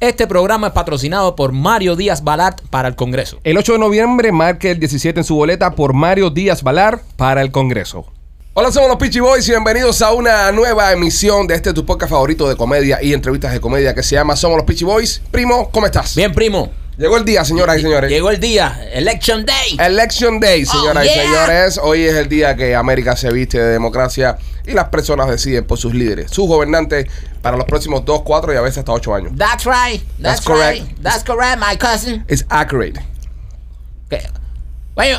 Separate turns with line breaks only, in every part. Este programa es patrocinado por Mario Díaz Balart para el Congreso.
El 8 de noviembre marque el 17 en su boleta por Mario Díaz Valar para el Congreso.
Hola, somos los Peachy Boys y bienvenidos a una nueva emisión de este tu podcast favorito de comedia y entrevistas de comedia que se llama Somos los Peachy Boys. Primo, ¿cómo estás?
Bien, primo.
Llegó el día, señoras y señores. Eh.
Llegó el día, Election Day.
Election Day,
Oh,
señoras
yeah.
y señores. Hoy es el día que América se viste de democracia y las personas deciden por sus líderes, sus gobernantes para los próximos 2, 4 y a veces hasta 8 años.
That's right.
That's correct.
That's correct, my cousin.
It's accurate.
Okay. Why you,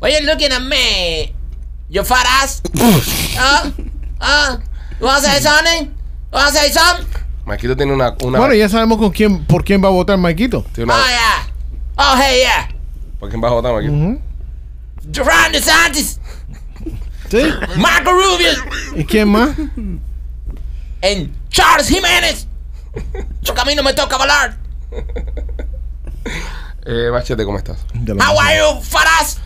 why you looking at me? You fat ass? uh, uh, you wanna say something? You wanna say something?
Maquito tiene una... una
Bueno, ya sabemos con quién, por quién va a votar Maquito.
tiene una-
Oh, yeah. Oh, hey, yeah.
¿Por quién vas a votar, Maquito?
Ron DeSantis.
¿Sí?
Marco Rubio.
¿Y quién más?
And Charles Jiménez. Yo camino me toca hablar.
Eh, Machete, ¿cómo estás?
Ya lo
How
sé.
are you, fat ass?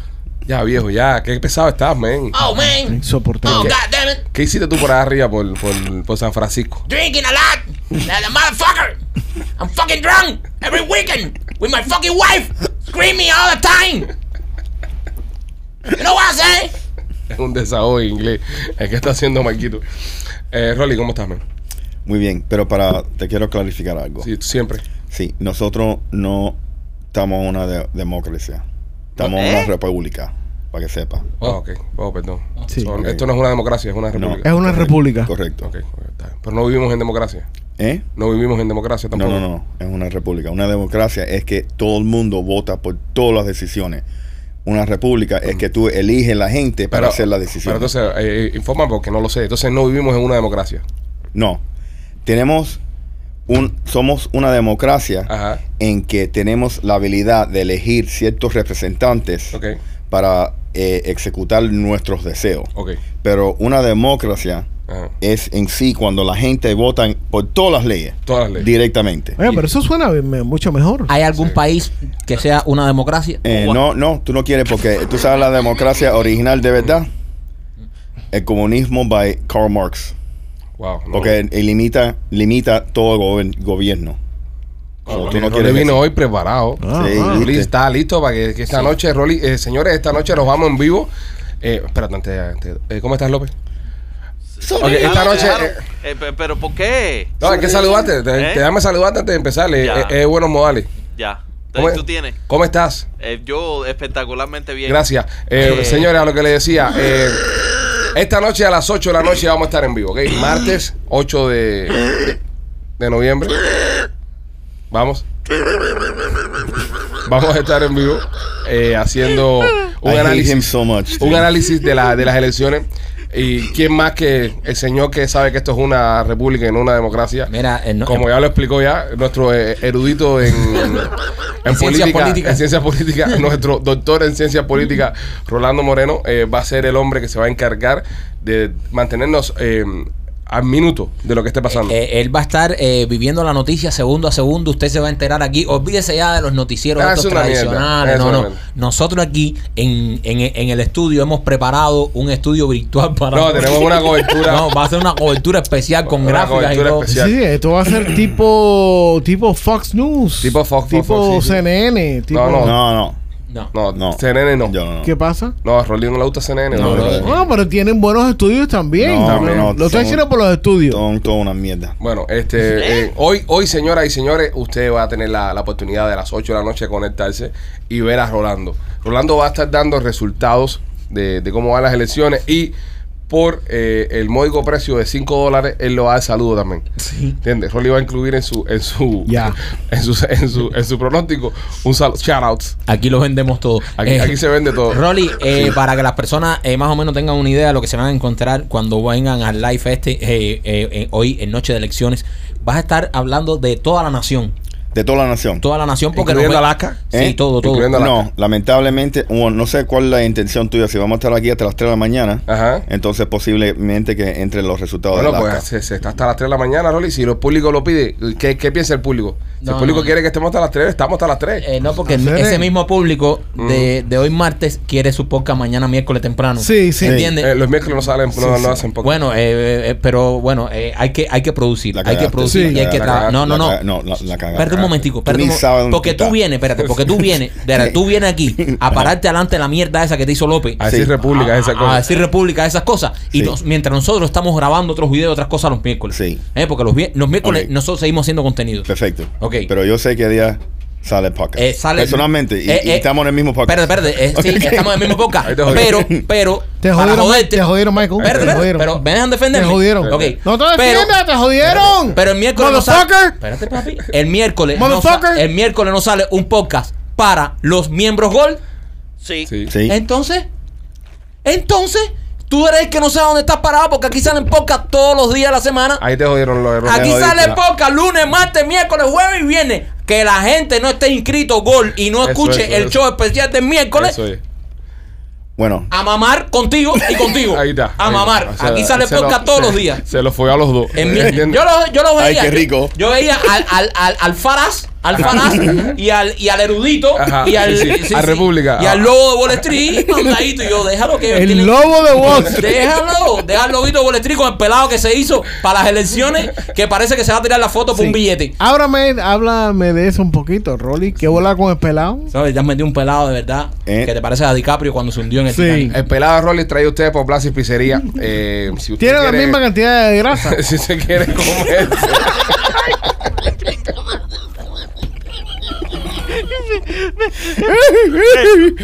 Ya, viejo, ya. Qué pesado estás, man.
Oh, man. Oh,
Insoportable.
God damn it.
¿Qué hiciste tú por allá arriba, por, por, por San Francisco?
drinking a lot. Like a motherfucker. I'm fucking drunk every weekend with my fucking wife screaming all the time. You know what I'm saying?
Es un desahogo en inglés. Es que está haciendo Maquito. Eh, Rolly, ¿cómo estás, man?
Muy bien, pero para te quiero clarificar algo. Sí,
Sí, tú siempre.
nosotros no estamos en una de- democracia. Estamos en una república, para que sepa.
Ah, ok. Oh, perdón.
Sí.
So, Esto no es una democracia, es una
No.
república.
Es una república.
Correcto.
Ok, ok, está bien. Pero no vivimos en democracia.
¿Eh?
No vivimos en democracia
No,
tampoco.
no, no. Es una república. Una democracia es que todo el mundo vota por todas las decisiones. Una república es que tú eliges la gente para hacer las
Pero
decisiones.
entonces, eh, eh, informa porque no lo sé. Entonces, no vivimos en una democracia.
no. Tenemos un, somos una democracia
Ajá.
en que tenemos la habilidad de elegir ciertos representantes
Ok,
para eh, ejecutar nuestros deseos.
ok.
Pero una democracia
Ajá.
es en sí cuando la gente vota por todas las leyes
Todas las leyes.
directamente.
Oye, pero eso suena bien- me- mucho mejor.
¿Hay algún país que sea una democracia?
Eh, no, no, tú no quieres porque tú sabes la democracia original de verdad. El comunismo by Karl Marx.
Wow. no.
Porque él limita, limita todo gober- gobierno.
Ah,
So, tú
mire,
no
Rolly
quieres
vino
eso.
hoy preparado.
Ah,
Sí,
ah.
Rolly
¿viste?
está listo para que, que esta noche, Rolly, eh, señores, esta noche nos vamos en vivo. Eh, espérate, antes, antes, eh, ¿cómo estás, López? Ok, esta noche. eh,
Eh, pe- pero ¿por qué?
no, hay que saludarte. Te,
¿Eh?
te dame saludarte antes de empezar. eh,
Ya.
eh, eh, buenos modales.
Ya.
¿Cómo,
Entonces tú tienes.
¿Cómo estás?
Eh, yo espectacularmente bien.
Gracias. Eh,
Eh.
Señores, a lo que le decía, eh, esta noche a las 8 de la noche vamos a estar en vivo, ¿ok? Martes 8 de, de, noviembre. Vamos. Vamos a estar en vivo eh, haciendo un
I hate him
análisis,
so much,
un
dude.
análisis de, la, de las elecciones. Y quién más que el señor que sabe que esto es una república y no una democracia.
Mira, eh, no-
Como ya lo explicó ya nuestro eh, erudito en, en
En ciencias
política,
políticas.
en ciencias políticas, nuestro doctor en ciencias políticas, Rolando Moreno, eh, va a ser el hombre que se va a encargar de mantenernos eh, al minuto de lo que esté pasando.
Eh, él va a estar eh, viviendo la noticia segundo a segundo. Usted se va a enterar aquí. Olvídese ya de los noticieros
Ah,
estos
es una mierda.
tradicionales.
Es
No,
una
no.
mierda.
Nosotros aquí en, en- en el estudio hemos preparado un estudio virtual para.
no, tenemos una cobertura.
No, va a ser una cobertura especial con
Una
gráficas y
cobertura
todo.
especial.
Sí, sí, esto va a ser tipo tipo Fox News.
Tipo Fox- Fox-
Tipo
Fox, sí, sí.
CNN. Tipo,
no.
No, no.
No.
no,
No.
CNN no.
Yo no, no.
¿Qué pasa?
No, a Rolly no le gusta CNN.
No,
No,
no, no.
No, pero tienen buenos estudios también.
No,
no, no,
Lo estoy
son-
diciendo por los estudios.
Son toda una mierda.
Bueno, este, eh, hoy, hoy, señoras y señores, usted va a tener la, la oportunidad de a las 8 de la noche de conectarse y ver a Rolando. Rolando va a estar dando resultados de, de cómo van las elecciones y por eh, el módico precio de 5 dólares, él lo va a dar saludo también. ¿Entiendes? Rolly va a incluir en su, en su,
Ya.
en su, en su, en su pronóstico un saludo. Shout out.
Aquí lo vendemos todo.
Aquí,
Eh,
aquí se vende todo.
Rolly, eh, para que las personas eh, más o menos tengan una idea de lo que se van a encontrar cuando vengan al live este eh, eh, eh, hoy en Noche de Elecciones, vas a estar hablando de toda la nación.
de toda la nación.
Toda la nación porque
¿Incluyendo
nos ve-
Alaska?
Sí,
¿Eh?
todo, todo.
Incluyendo-
No, lamentablemente, bueno, no sé cuál es la intención tuya. Si vamos a estar aquí hasta las 3 de la mañana,
Ah.
Ajá.
entonces posiblemente que entre los resultados
Bueno,
de Alaska.
pues se, se está hasta las 3 de la mañana, Rolly. Si el público lo pide, ¿qué, qué piensa el público? Si el
No,
público
no.
quiere que estemos hasta las 3, estamos hasta las 3.
Eh, no, porque
Hacer
ese
el-
mismo público de, de hoy martes quiere su podcast mañana miércoles temprano.
Sí, sí.
¿Entiendes?
Eh, los miércoles no salen, no, no hacen poco.
Bueno, eh, eh, pero bueno, eh, hay que hay que producir,
La
hay que
cagaste.
producir
Sí.
y hay que
La cagaste,
trabajar. No, no,
La
no.
caga- no, la, la cagaste.
Espérate un momentico,
Tú
espérate
ni
un mo-
sabes dónde
Porque tú
estás.
vienes, espérate, porque tú vienes, espérate, tú vienes aquí a pararte delante de la mierda esa que te hizo López.
a decir
sí.
república,
a-
esa
a-
cosa.
A decir República, esas cosas. Y
Sí.
nos- mientras nosotros estamos grabando otros videos, otras cosas los miércoles.
Sí.
Eh, Porque los, vi- los miércoles
Ok.
nosotros seguimos haciendo contenido.
Perfecto.
Ok.
Pero yo sé que día sale el podcast.
Eh, sale-
Personalmente, y,
Eh,
y
eh,
estamos en el mismo podcast.
Espérate, espérate. eh, sí,
Ok.
estamos en el mismo podcast.
Ahí te jodí.
Pero, pero,
Te
para
jodieron, Mike,
joderte.
te jodieron, Michael.
Espérate,
te
espérate,
jodieron.
pero me dejan defenderme.
Te jodieron.
Ok.
No te
Pero-
defiendas, te jodieron.
Pero el miércoles no sale.
Motherfucker.
Espérate, papi. El miércoles, no sa-
Motherfucker.
el miércoles no sale un podcast para los miembros Gold.
Sí.
Sí.
Sí.
Entonces, entonces, tú eres el que no sabe dónde estás parado porque aquí salen podcast todos los días de la semana.
Ahí te jodieron los errores.
Aquí
jodiste,
sale el
la-
podcast lunes, martes, miércoles, jueves y viernes. Que la gente no esté inscrito Gold y no
Eso,
escuche
eso,
el
eso.
show especial del miércoles.
Eso es.
Bueno,
A mamar contigo y contigo.
Ahí está.
A
Ahí
mamar.
está. O sea,
Aquí sale
se lo-
podcast todos
se-
los días.
Se los fue a los dos.
En mi-
¿Entiendes?
yo los yo lo veía.
Ay, qué
yo-
rico.
Yo, veía al, al, al, al Faraz, al Faraz y al, y al erudito
Ajá,
y al,
sí, sí, a República. Ah.
y al lobo de Wall Street. mandadito, y yo, déjalo que
El
tiene-
lobo de Wall Street.
Déjalo, déjalo el lobito de Wall Street con el pelado que se hizo para las elecciones, que parece que se va a tirar la foto por un billete.
Ábrame, háblame de eso un poquito, Rolly. ¿Qué bola con el pelado?
¿Sabes? Ya metí un pelado de verdad
Eh.
que te parece a DiCaprio cuando se hundió en el
Sí.
Titanic.
El pelado Rolly trae ustedes por Plaza y Pizzería. Eh, si usted
Tiene la
quiere-
misma cantidad de grasa.
si se quiere comer.
Ve,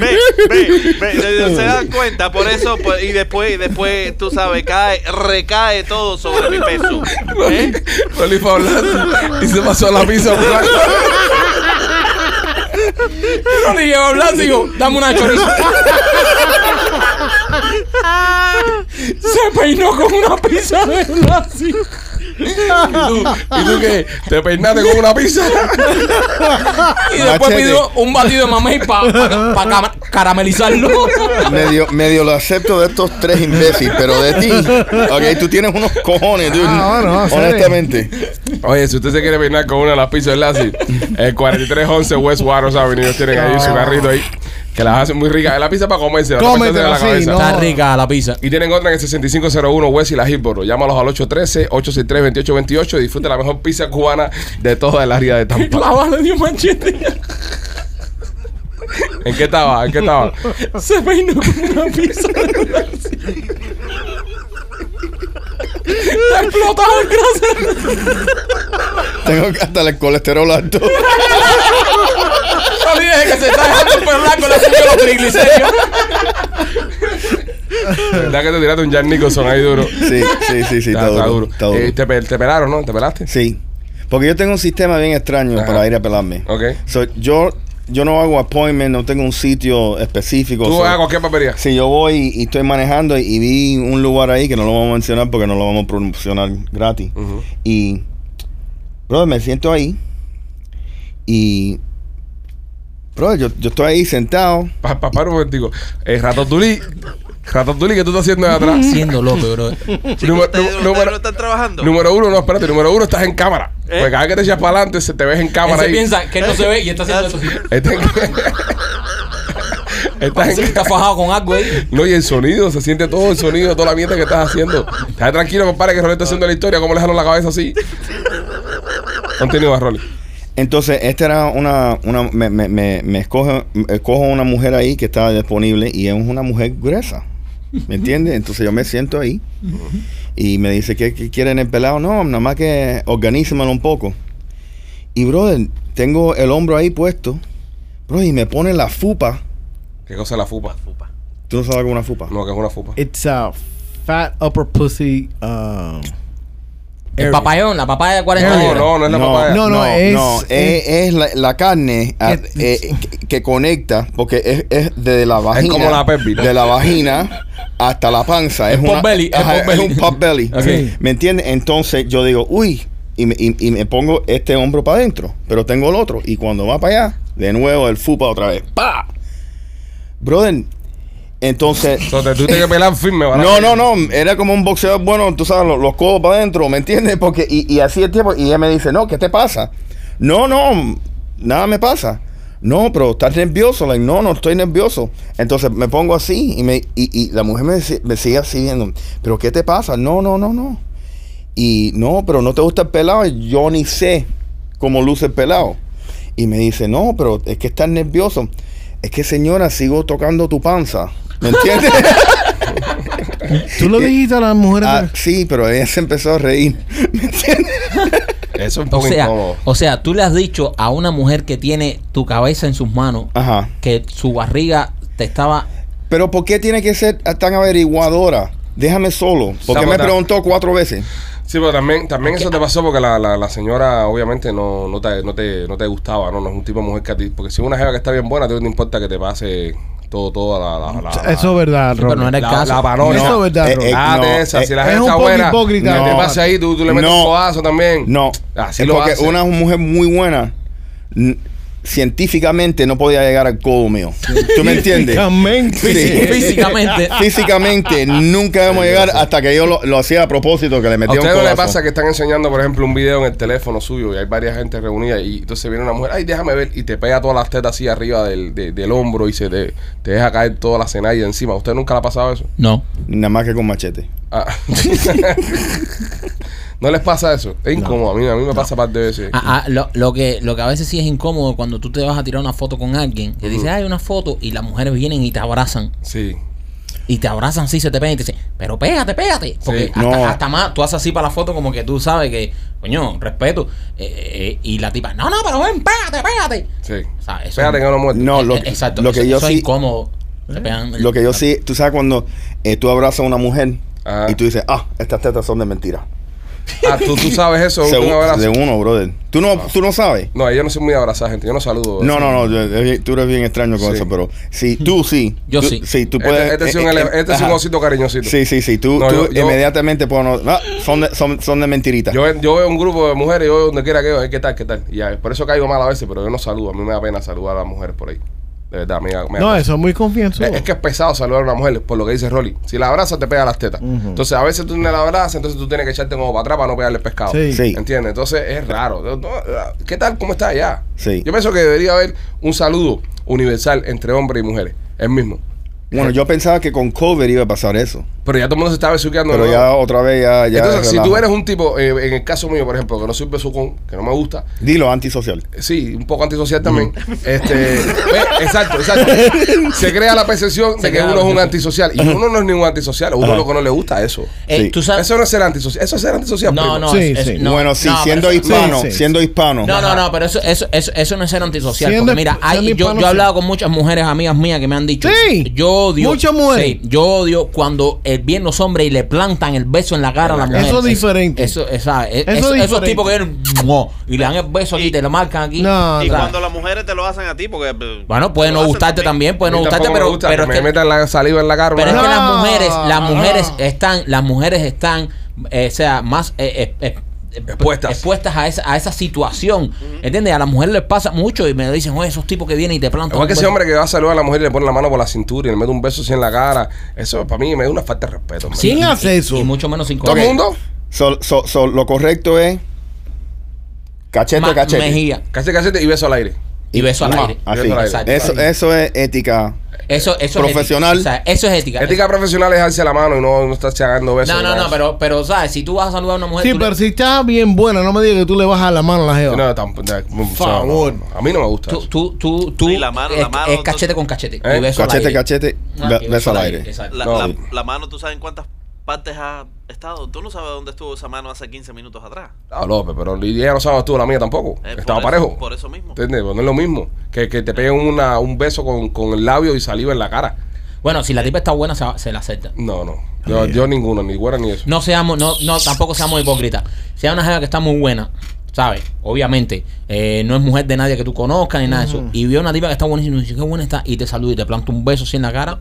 ve, ve, se- se dan cuenta, por eso, por- y después, y después, tú sabes, cae, recae todo sobre mi peso. ¿eh?
Rolly fue a hablar y se pasó la pizza por la-
Yo ni llevo hablando, digo, dame una chorizo. Se peinó con una pizza de Blasi.
¿Y tú qué? ¿Te peinaste con una pizza?
Y después
Machete.
pidió un batido de mamey para caramelizarlo.
medio, medio lo acepto de estos tres imbéciles, pero de ti, ok, tú tienes unos cojones, dude.
Ah, bueno, no, sí.
honestamente.
Oye, si usted se quiere peinar con una de las pizzas de Lassie, el 4311 West Waters Avenue, ellos tienen ahí su carrito ahí, que las hacen muy ricas. Es la pizza para comerse, la
Cómetela,
de la
sí,
cabeza.
no.
Está rica la pizza.
Y tienen otra en el 6501 West y la Hillboro. Llámalos al 813-863-2828 y disfrute la mejor pizza cubana de toda el área de
La
Tampa.
bala de un manchete.
¿En qué estaba? ¿En qué estaba?
Se peinó con una pizza de Blasi. Está explotado en grasa.
Tengo hasta el colesterol alto.
No olvides que se está dejando el pelo blanco, le subió los triglicéridos.
¿Verdad que te tiraste un Jan Nicholson ahí duro?
Sí, sí, sí, sí, está, duro. Está duro.
Eh, te, pe- te pelaron, ¿no? ¿Te pelaste?
Sí. Porque yo tengo un sistema bien extraño
Ajá.
para ir a pelarme.
Ok.
So, yo, yo no hago appointment, no tengo un sitio específico.
Tú
So,
hagas cualquier papería.
si yo voy y estoy manejando y vi un lugar ahí que no lo vamos a mencionar porque no lo vamos a promocionar gratis.
Ujú.
Y, brother, me siento ahí y, brother, yo, yo estoy ahí sentado.
Pa, pa, para un momentico. Eh, Ratatouille. Ratatouille, ¿qué tú estás haciendo ahí atrás?
Siendo loco, bro.
Número,
¿Ustedes,
nu-
ustedes
número-
no están trabajando?
número uno, no, espérate. Número uno, estás en cámara.
¿Eh?
Porque cada vez que te echas para adelante, se te ves en cámara ahí.
Él se
Este
piensa que él no se ve y está haciendo eso.
Estás en... estás
Parece que
en...
está fajado con algo ahí.
No, y el sonido, se siente todo el sonido, toda la mierda que estás haciendo. Estás tranquilo, compadre, que Rolly está haciendo la historia. ¿Cómo le dejaron la cabeza así? Continúa, Rolly.
Entonces, esta era una, una me, me, me, me escoge, me escojo una mujer ahí que estaba disponible y es una mujer gruesa. ¿Me entiendes? Entonces yo me siento ahí y me dice, ¿qué, qué quieren el pelado? No, nada más que organízamelo un poco. Y brother, tengo el hombro ahí puesto, bro, y me pone la fupa.
¿Qué cosa es la fupa?
¿Tú no sabes qué es una fupa?
No, que es una fupa.
It's a fat upper pussy. um,
El
area.
papayón, la papaya de 40
No,
libras.
no, no es la
No,
papaya.
no, es-
no, es, es la, la carne ah, eh, que, que conecta, porque es, es de la vagina.
como la Pepsi, ¿no?
De la vagina hasta la panza. Es,
El
una-
pot belly, el
ajá,
pot
es
belly.
un pop belly.
Ok.
¿Me entiendes? Entonces yo digo, uy, y me, y- y me pongo este hombro para adentro, pero tengo el otro. Y cuando va para allá, de nuevo el fupa otra vez. ¡Pa! Brother, entonces.
Entonces tú tienes que pelar firme, ¿verdad?
No, no, no, era como un boxeador bueno, tú sabes, los, los codos para adentro, ¿me entiendes? Porque, y, y así el tiempo, y ella me dice, no, ¿qué te pasa? No, no, nada me pasa. No, pero estás nervioso, like, no, no estoy nervioso. Entonces me pongo así y, me, y, y la mujer me, dice- me sigue así viendo, pero ¿qué te pasa? No, no, no, no. Y no, pero no te gusta el pelado, yo ni sé cómo luce el pelado. Y me dice, no, pero es que estás nervioso. Es que señora, sigo tocando tu panza. ¿Me entiendes?
Tú
Eh,
lo dijiste a las mujeres.
Ah, sí, pero ella se empezó a reír. ¿Me entiendes?
Eso es un
O
poco
sea,
incómodo.
o sea, tú le has dicho a una mujer que tiene tu cabeza en sus manos
Ajá.
que su barriga te estaba.
Pero ¿por qué tiene que ser tan averiguadora? Déjame solo. Porque me
Sabota.
preguntó cuatro veces.
Sí, pero también, también eso te pasó porque la, la, la señora obviamente no, no, te, no, te, no te gustaba, ¿no? No es un tipo de mujer que a ti... Porque si una jeva que está bien buena, a ti no te importa que te pase todo, todo la... la, la- la-
Eso es verdad,
pero no
Robert.
era el
la-
caso.
la panocha.
Eso es verdad,
eh,
Robert.
eh,
Ah,
no,
de esa,
eh,
si la
es
gente
un
está
poco
buena,
hipócrita.
que te
No.
pase ahí, tú, tú le metes
No.
un codazo también.
No.
Así
es
lo
porque
hace.
una mujer muy buena n- científicamente no podía llegar al codo mío. ¿Tú me entiendes?
Físicamente.
Sí.
Físicamente.
Físicamente nunca vamos a llegar hasta que yo lo, lo hacía a propósito, que le
¿A
metía un
ustedes no les
codazo.
pasa que están enseñando, por ejemplo, un video en el teléfono suyo y hay varias gente reunida y entonces viene una mujer, ay, déjame ver, y te pega todas las tetas así arriba del, de- del hombro y se te, te deja caer toda la cenalla encima? ¿A usted nunca le ha pasado eso?
No.
Nada más que con machete.
Ah. ¿No les pasa eso? Es incómodo, a mí, a mí me pasa un par de veces.
Ah, ah, lo, lo que, lo que a veces sí es incómodo cuando tú te vas a tirar una foto con alguien y dices, hay una foto y las mujeres vienen y te abrazan.
Sí.
Y te abrazan, sí, se te pegan y te dicen, pero pégate, pégate. Porque
Sí.
hasta,
No.
hasta más, tú haces así para la foto como que tú sabes que, coño, respeto. eh, eh, y la tipa, no, no, pero ven, pégate, pégate.
Sí.
O sea, eso-
Espérate que no lo muerto.
No, lo,
Eh, Exacto,
lo que
eso,
yo
eso
sí.
es incómodo.
¿Eh?
Te pegan-
Lo que yo sí, tú sabes cuando eh, tú abrazas a una mujer
Ajá.
y tú dices, ah, estas tetas son de mentira.
Ah, ¿tú, tú sabes eso. de un
Según-
abrazo?
de uno, brother. Tú no, tú no sabes.
No, yo no soy muy abrazada, gente. Yo no saludo.
No, no, no, yo- yo- tú eres bien extraño con
Sí.
eso, pero sí, tú sí.
Yo
Tú-
sí.
tú
Este-
puedes.
este es un
eh,
ele-
eh,
este es un
ajá.
osito cariñosito.
Sí, sí, sí. Tú,
No,
tú
yo- yo-
inmediatamente puedes. No, no, son, de, son, son de mentirita.
Yo, yo veo un grupo de mujeres y yo donde quiera que veo, "Ey, ¿qué tal, qué tal? Y ya, por eso caigo mal a veces, pero yo no saludo. A mí me da pena saludar a las mujeres por ahí. De verdad, me da- me da
No,
cosa.
eso es muy
Es,
confianzudo.
es que es pesado saludar a una mujer, por lo que dice Rolly. Si la abraza, te pega las tetas. Entonces, a veces tú no la abrazas, entonces tú tienes que echarte como para atrás para no pegarle el pescado.
Sí.
Sí.
¿Entiendes? Entonces es raro. No, no, ¿Qué tal? ¿Cómo está ya?
Sí.
Yo pienso que debería haber un saludo universal entre hombres y mujeres. El mismo.
Bueno, yo pensaba que con COVID iba a pasar eso.
Pero ya todo el mundo se está besuqueando.
pero
¿no?
ya otra vez, ya. ya
Entonces, si
relajo.
tú eres un tipo, eh, en el caso mío, por ejemplo, que no soy besucón, que no me gusta,
Dilo, antisocial.
Sí, un poco antisocial también.
Mm.
Este, ve, exacto, exacto. Se crea la percepción de que
crea la
uno es un
percepción.
antisocial. Y uno no es ningún antisocial. Uno
Ajá.
lo que no le gusta eso.
Eh,
sí.
tú sabes-
Eso no es ser antisocial. Eso es ser antisocial. primo.
No, no,
Sí,
es- es-
sí.
no,
bueno, sí,
no,
siendo
pero eso-
hispano,
Sí, sí.
siendo hispano.
No, no, no, pero eso, eso, eso, eso no es ser antisocial.
Siendo-
porque mira, hay-
siendo
yo,
hispano,
yo he
sí.
hablado con muchas mujeres, amigas mías, que me han dicho.
Sí.
Yo odio.
Muchas mujeres.
Sí, yo odio cuando eh, vienen los hombres y le plantan el beso en la cara a la mujer.
Eso es diferente.
Eso, eh, ¿sabes? Eh,
Eso es
eso- Esos
diferente.
tipos que vienen ¡mua! y le dan el beso aquí,
Y-
te lo marcan aquí.
No,
Y
no.
cuando las mujeres te lo hacen a ti, porque. eh,
Bueno, puede
te
no
lo hacen
gustarte también, puede
A
no
mí
gustarte,
tampoco me
pues
gusta
pero, pero
que
es
me
que-
metan la saliva en la cara.
pero es
¿verdad?
que las
No,
mujeres, las
no.
mujeres están, las mujeres están, eh, o sea, más eh, eh, eh,
Expuestas.
a esa, a esa situación. ¿Entiendes? A las mujeres les pasa mucho y me dicen, oye, esos tipos que pues- vienen y te plantan.
Igual que
un
ese
beso".
hombre que va a saludar a la mujer y le pone la mano por la cintura y le mete un beso así en la cara. Eso para mí me da una falta de respeto. man.
¿Quién
y-
hace
y-
eso?
Y mucho menos sin
¿Todo el
comer.
mundo?
So- so- so, lo correcto es. Cachete
Ma-
a cachete.
Mejía.
Casi, casi te- y beso al aire.
Y beso al
Ah,
aire.
así.
Exacto.
Eso, eso es ética.
Eso, eso
Profesional.
Es ética. O sea, eso es ética.
Ética profesional es darse la mano y no, no estar chagando besos.
No, no,
nada
no,
más.
pero, pero, ¿sabes? Si tú vas a saludar a una mujer.
Sí,
tú le-
pero si está bien buena, no me digas que tú le bajas la mano a la jeva.
No, tampoco. no,
Favor.
no, no. A mí no me gusta.
Tú,
eso.
tú, tú, tú-
Sí, la mano, la
es,
mano,
es
entonces-
cachete con cachete.
¿Eh?
Y beso al
Cachete,
aire.
cachete,
Ah,
be-
y
beso al aire.
Exacto.
La,
No.
la- la mano, tú sabes en cuántas partes ha estado. Tú no sabes dónde estuvo esa mano hace 15 minutos atrás.
Ah, López, pero ella no sabes tú la mía tampoco.
Eh,
Estaba
por eso-
parejo.
por eso mismo.
¿Entiendes? Pues no es lo mismo que, que te peguen una, un beso con, con el labio y saliva en la cara.
Bueno, si la tipa está buena, se, va- se la acepta.
No, no. Yo, yo ninguno, ni güera ni eso.
No seamos, no, no, tampoco seamos hipócritas. Si hay una jeva que está muy buena, ¿sabes? Obviamente, eh, no es mujer de nadie que tú conozcas ni nada de eso. Y vio una tipa que está buenísima y dice, qué buena está, y te saluda y te planta un beso así en la cara.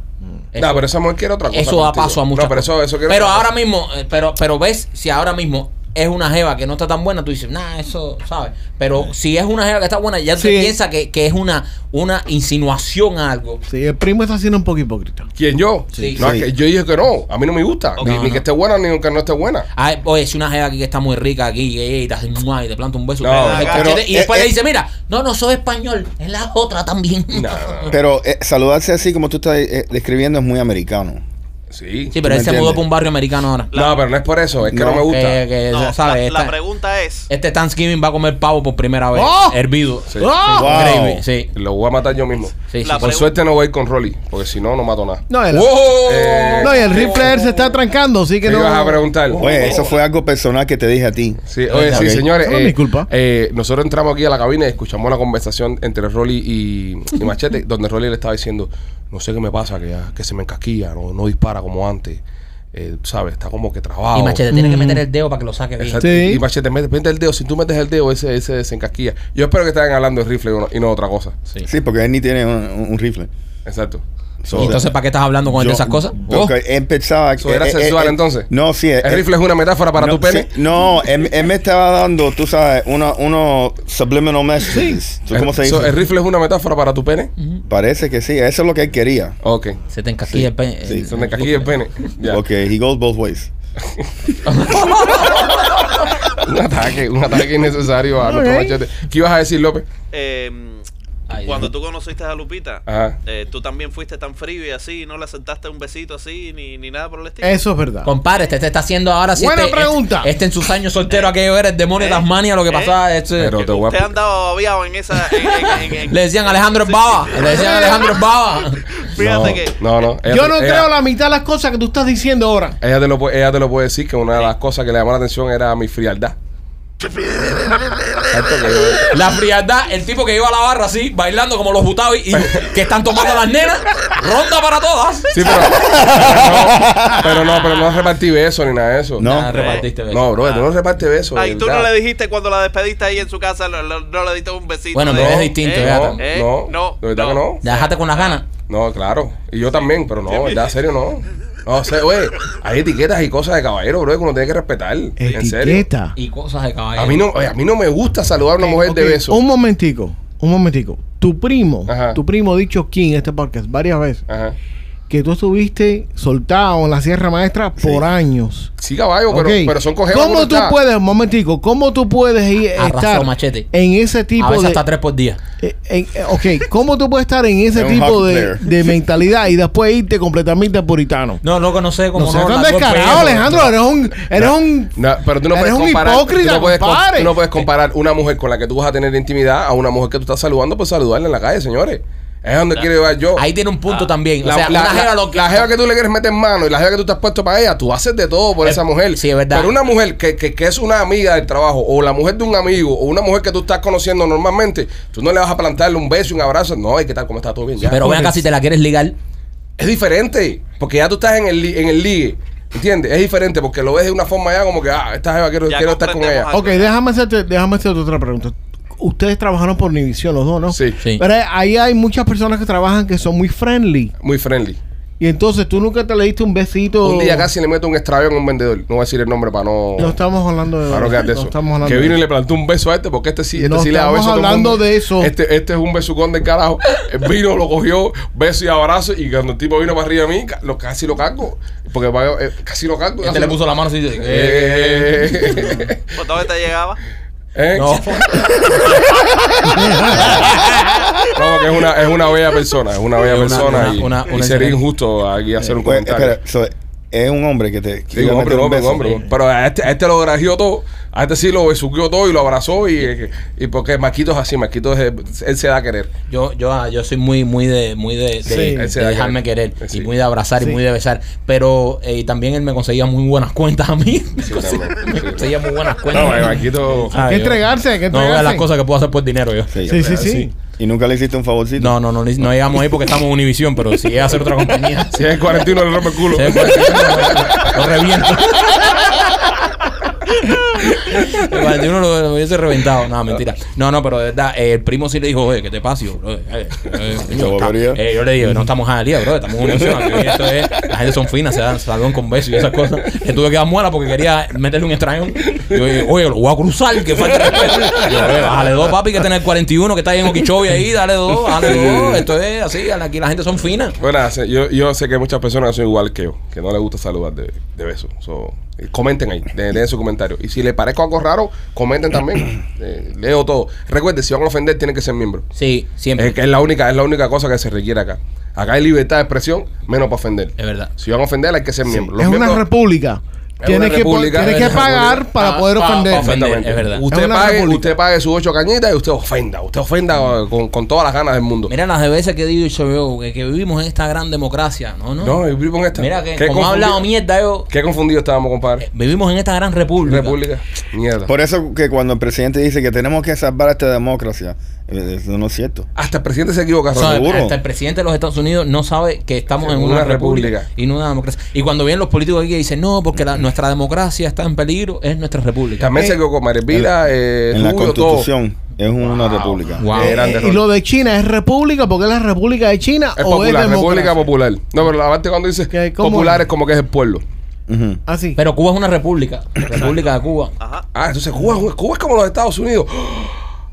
No, pero esa mujer quiere otra Mm. cosa.
Eso da
contigo.
paso a muchas
No, pero eso,
cosas.
eso quiere
pero
otra
ahora
cosa.
mismo, eh, pero, pero ves, si ahora mismo es una jeva que no está tan buena, tú dices, nah, eso, ¿sabes? Pero si es una jeva que está buena, ya tú
Sí.
piensas que, que es una, una insinuación a algo.
Sí, el primo está siendo un poco hipócrita.
¿Quién yo?
Sí.
No,
Sí.
es que yo dije que no. A mí no me gusta.
Ok.
Ni,
No,
ni
no.
que esté buena, ni que no esté buena.
Ay, Ah, oye, si una jeva aquí que está muy rica aquí eh, y te hace mua, y te planta un beso
No,
en el
pero-
cachete, y
eh,
después
eh.
le dice, mira, no, no soy español, es la otra también.
No, no, no.
Pero eh, saludarse así como tú estás eh, describiendo es muy americano.
Sí.
Sí, pero él
¿Me
se mudó
entiendes?
para un barrio americano ahora.
No, pero no es por eso. Es que no,
No,
me gusta.
Que, que,
No,
¿sabes?
la, la
Esta-
pregunta es.
este Thanksgiving va a comer pavo por primera vez.
¡Oh!
Hervido.
Sí.
¡Ah!
Wow.
Gravy, sí.
Lo voy a matar yo mismo.
Sí, sí,
La
Por
pregunta-
suerte no voy con Rolly, porque si no, no mato nada.
No, el,
Eh,
no, y el rifle se está trancando, así
¿Qué
que no.
ibas a preguntar?
Oh.
Oye, eso fue algo personal que te dije a ti.
Sí, oye,
Ok.
sí, señores.
Eso no es
eh,
mi culpa.
eh, nosotros entramos aquí a la cabina y escuchamos la conversación entre Rolly y, y Machete, donde Rolly le estaba diciendo, no sé qué me pasa, que, ya- que se me encasquilla, no, no dispara como antes. Eh, ¿Sabes? Está como que trabajo.
Y machete, tiene
Mm.
que meter el dedo para que lo saque bien.
Exacto.
Sí.
Y Machete, mete, mete el dedo. Si tú metes el dedo, ese, ese se encasquilla. Yo espero que estén hablando de rifle y no, y no otra cosa.
Sí, porque él ni tiene un, un- un rifle.
Exacto.
So,
¿Y entonces para qué estás hablando con él de
yo-
esas cosas? Oh.
Porque él pensaba
¿Eso era
eh, eh,
sexual
eh,
entonces?
No, sí.
¿El
eh,
rifle es una metáfora para
no,
tu pene?
sí, no, él, él me estaba dando, tú sabes, uno- unos subliminal messages. ¿Tú ¿Cómo se
Eh,
dice?
so, ¿El rifle es una metáfora para tu pene?
Parece que sí, eso es lo que él quería.
Ok.
Se te encasquilla el pe...
sí.
el-
Se me encasquilla el pene. Ya.
Porque he goes both ways.
Un ataque, un ataque innecesario a nuestro
Ok.
machete. ¿Qué ibas a decir, López?
eh,
Ay,
cuando
Dios.
tú conociste a Lupita,
Ajá.
eh, tú también fuiste tan frío y así, y no le aceptaste un besito así, ni, ni nada por el estilo.
Eso es verdad.
Compadre, este te está haciendo ahora si
Buena
este,
pregunta.
Este, este en sus años soltero aquello era el demonio
¿Eh?
de Tasmania, lo que
¿Eh?
pasaba. este-
Pero te voy
Usted
a...
andaba babiado en esa. en- en- en- en-
le decían Alejandro es Baba. Le decían Alejandro es Baba.
Fíjate
no,
que.
No, no. ella
Yo
te-
no
ella-
creo la mitad de las cosas que tú estás diciendo ahora.
Ella te, lo, puede- ella te lo puede decir que una de las cosas que le llamó la atención era mi frialdad. Exacto, que yo-
La frialdad, el tipo que iba a la barra así, bailando como los butavis y que están tomando las nenas. Ronda para todas.
Sí, pero, pero no, pero no, pero no repartí besos ni nada de eso.
No.
Ah, repartiste besos.
No, bro, tú no repartes besos.
Ay,
de
tú no
verdad.
le dijiste cuando la despediste ahí en su casa, lo- lo- no le diste un besito.
Bueno,
de-
pero es distinto,
eh,
fíjate.
No,
eh,
no,
no,
de verdad
no.
que no.
Ya Déjate con las ganas.
No, claro. Y yo también, pero no, ¿verdad? serio no. No sé, güey. Hay etiquetas y cosas de caballero, bro, que uno tiene que respetar. En serio.
Etiqueta.
Y cosas de caballero.
A mí no, oye, a mí no me gusta saludar a una mujer
Ok,
de beso.
Un momentico, un momentico. Tu primo,
Ajá.
tu primo ha dicho aquí en este podcast varias veces
Ajá.
que tú estuviste soltado en la Sierra Maestra por años.
Sí, caballo, pero,
Ok.
pero son cogeros.
¿Cómo tú puedes, un momentico, cómo tú puedes ir,
Arrasó,
estar
machete.
en ese tipo
A veces
de
hasta tres por día.
eh, en- eh, ok, ¿cómo tú puedes estar en ese
Es un
tipo
hockey
de,
player.
de mentalidad y después irte completamente puritano?
No, no conoce como
No
no.
seas tan
la
descarado,
golpea.
Alejandro, eres un eres un
No, pero tú no
Eres
puedes
un
comparar.
hipócrita,
tú, no puedes, com-
compadre.
tú no puedes comparar una mujer con la que tú vas a tener intimidad a una mujer que tú estás saludando por saludarla en la calle, señores. Es donde quiero llevar yo.
Ahí tiene un punto también.
la,
o sea,
la-
una jeva
la-
lo que-
la jeva que tú le quieres meter mano y la jeva que tú te has puesto para ella, tú haces de todo por
Eh,
esa mujer.
sí, es verdad.
Pero una mujer que, que- que es una amiga del trabajo o la mujer de un amigo o una mujer que tú estás conociendo normalmente, tú no le vas a plantarle un beso, un abrazo. No, hay que tal, ¿cómo está todo bien? Ya. pues.
Pero vean acá si te la quieres ligar.
Es diferente, porque ya tú estás en el, li- en el ligue. ¿Entiendes? Es diferente porque lo ves de una forma ya como que, ah, esta jeva quiero,
Ya
quiero estar con ella.
comprendemos
Ok, déjame hacerte, déjame hacerte otra pregunta. Ustedes trabajaron por Univision los dos, ¿no?
Sí.
Sí.
Pero ahí hay muchas personas que trabajan que son muy friendly.
Muy friendly.
Y entonces tú nunca te le diste un besito.
Un día casi le meto un extravío a un vendedor. No voy a decir el nombre para no.
No estamos hablando de,
para no quedar de
no
eso.
estamos hablando
que vino
de
y le plantó un beso a este, porque este sí, este
No
sí le da
estamos
beso a todo el
hablando
mundo.
de eso.
Este, este es un besucón del carajo. El Vino, lo cogió, beso y abrazo. Y cuando el tipo vino para arriba de mí, ca- lo, casi lo cargo. Porque va- eh, casi lo cargo.
Este
casi
le
lo-
puso la mano así. de-
Eh, eh, eh,
Pues todavía te llegaba.
eh.
No.
No, que es una, es una bella persona, es una bella
Una-
persona
una-
y,
una-
y
una
sería
excelente.
injusto aquí hacer un
Pues,
comentario.
espera, so, es un hombre que te. que
Sí,
iba a
un hombre, un
meter un
hombre, un
beso.
hombre. Pero a este, a este lo grajeó todo, a este sí lo besuqueó todo y lo abrazó y, eh, y porque Maquito es así, Maquito es- él se da a querer.
Yo, yo, ah, yo soy muy, muy de, muy de, de-
Sí.
de
Ese da
dejarme
carácter.
querer
Sí.
y muy de abrazar
Sí.
y muy de besar. Pero eh, también él me conseguía muy buenas cuentas a mí. Me
Sí,
conseguía-
también.
me conseguía muy buenas cuentas.
No, eh, Maquito...
Pues, Ah,
Hay que
yo-
entregarse, hay que
No,
entregarse.
de las cosas que puedo hacer por dinero yo.
Sí,
Sí, sí, sí.
Y nunca le hiciste un favorcito.
No, no, no, no, no llegamos ahí porque estamos en Univision, pero si es hacer otra compañía.
Si es el 41 le rompe el culo.
se- lo reviento. El 41 lo, lo hubiese reventado. No, mentira. No, no, pero de verdad, eh, el primo sí le dijo, oye, ¿qué te pasa? Y yo, bro, eh, eh, coño, está-
bobería.
eh, yo le digo, no estamos a día, bro, estamos en una opción. Aquí esto es- la gente son finas, se dan salón con besos y esas cosas. Le tuve que dar muela porque quería meterle un extraño. Yo, oye, lo voy a cruzar, que falta de respeto. Yo, oye, bájale dos, papi, que tenés el 41, que está ahí en Okeechobee ahí, dale dos, dale dos. Esto es así, aquí la gente son finas.
Bueno, ah, se- yo, yo sé que muchas personas son igual que yo, que no les gusta saludar de, de beso. So, eh, comenten ahí, de- den su comentario. Y si les parezco algo raro, comenten también. Eh, leo todo. Recuerden, si van a ofender, tienen que ser miembro.
Sí, siempre.
Es, que es la única, es la única cosa que se requiere acá. Acá hay libertad de expresión, menos para ofender.
Es verdad.
Si van a ofender, hay que ser miembro.
es
Los
una
miembros-
república.
Es
Tienes,
una
que, po-
república,
tienes
es
que
una
pagar
república.
para
Pa-
poder
pa- pa
ofender.
Ah, ofender.
Exactamente.
Es verdad.
Usted
Es una
pague,
república.
usted pague sus ocho cañitas y usted ofenda. Usted ofenda eh, con, con todas las ganas del mundo.
Mira las de veces que he dicho yo, que, que vivimos en esta gran democracia. No, no.
no, y vivo en esta.
Mira que
Qué
como ha hablado
confundido-
mierda yo,
Qué confundidos estábamos, compadre.
vivimos en esta gran república.
República. Mierda.
Por eso que cuando el presidente dice que tenemos que salvar esta democracia, eh, eso no es cierto.
Hasta el presidente se equivoca,
O sea,
Rolando.
Seguro.
hasta el presidente de los Estados Unidos no sabe que estamos en una,
Una
república.
república.
y no una democracia. Y cuando vienen los políticos aquí que dicen, no, porque la- nuestra democracia está en peligro, es nuestra república.
También se equivocó Marevila, eh,
en la
Rubio,
constitución es una república.
todo.
Wow.
Qué grande,
eh, Y
Rolando.
lo de China es república porque es la república de China
Es
o
popular,
es
República
democracia.
Popular. No, pero la parte cuando dice
¿Qué? ¿Cómo?
popular es como que es el pueblo.
Ujú.
Así.
Pero Cuba es una república. república de Cuba.
Ajá.
Ah, entonces Cuba, es- Cuba es como los Estados Unidos.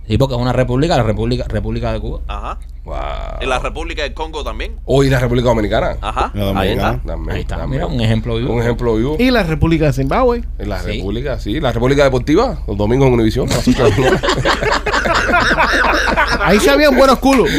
Sí, porque es una república, la república, república de Cuba.
Ajá.
Wow.
En la República del Congo también.
Hoy la República Dominicana.
Ajá.
La
Ahí está.
dominicana.
También,
Ah, Ahí está.
también.
Mira, un ejemplo vivo.
Un ejemplo vivo.
y la república de Zimbabue.
En la
Sí.
República, sí. La República Deportiva, los domingos en Univisión. a las ocho de la mañana.
Ahí se habían buenos culos.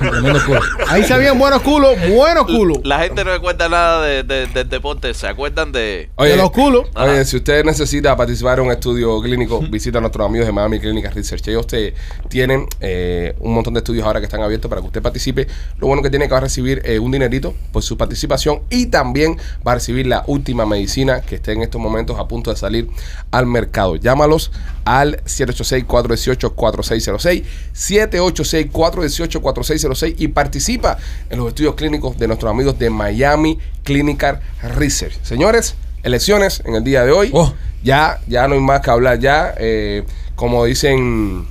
Tremendo Cuba.
Ahí se habían buenos culos. Buenos culos.
La gente no recuerda nada de- de- del deporte. Se acuerdan de.
De los culos.
Oye, si usted necesita participar en un estudio clínico, visita a nuestros amigos de Miami Clinic Research. Ellos te tienen eh, un montón de estudios ahora que están abiertos para que usted participe. Lo bueno que tiene es que va a recibir eh, un dinerito por su participación y también va a recibir la última medicina que esté en estos momentos a punto de salir al mercado. Llámalos al 786-418-4606, 786-418-4606 y participa en los estudios clínicos de nuestros amigos de Miami Clinical Research. Señores, elecciones en el día de hoy.
Oh.
Ya, ya no hay más que hablar. Ya, eh, como dicen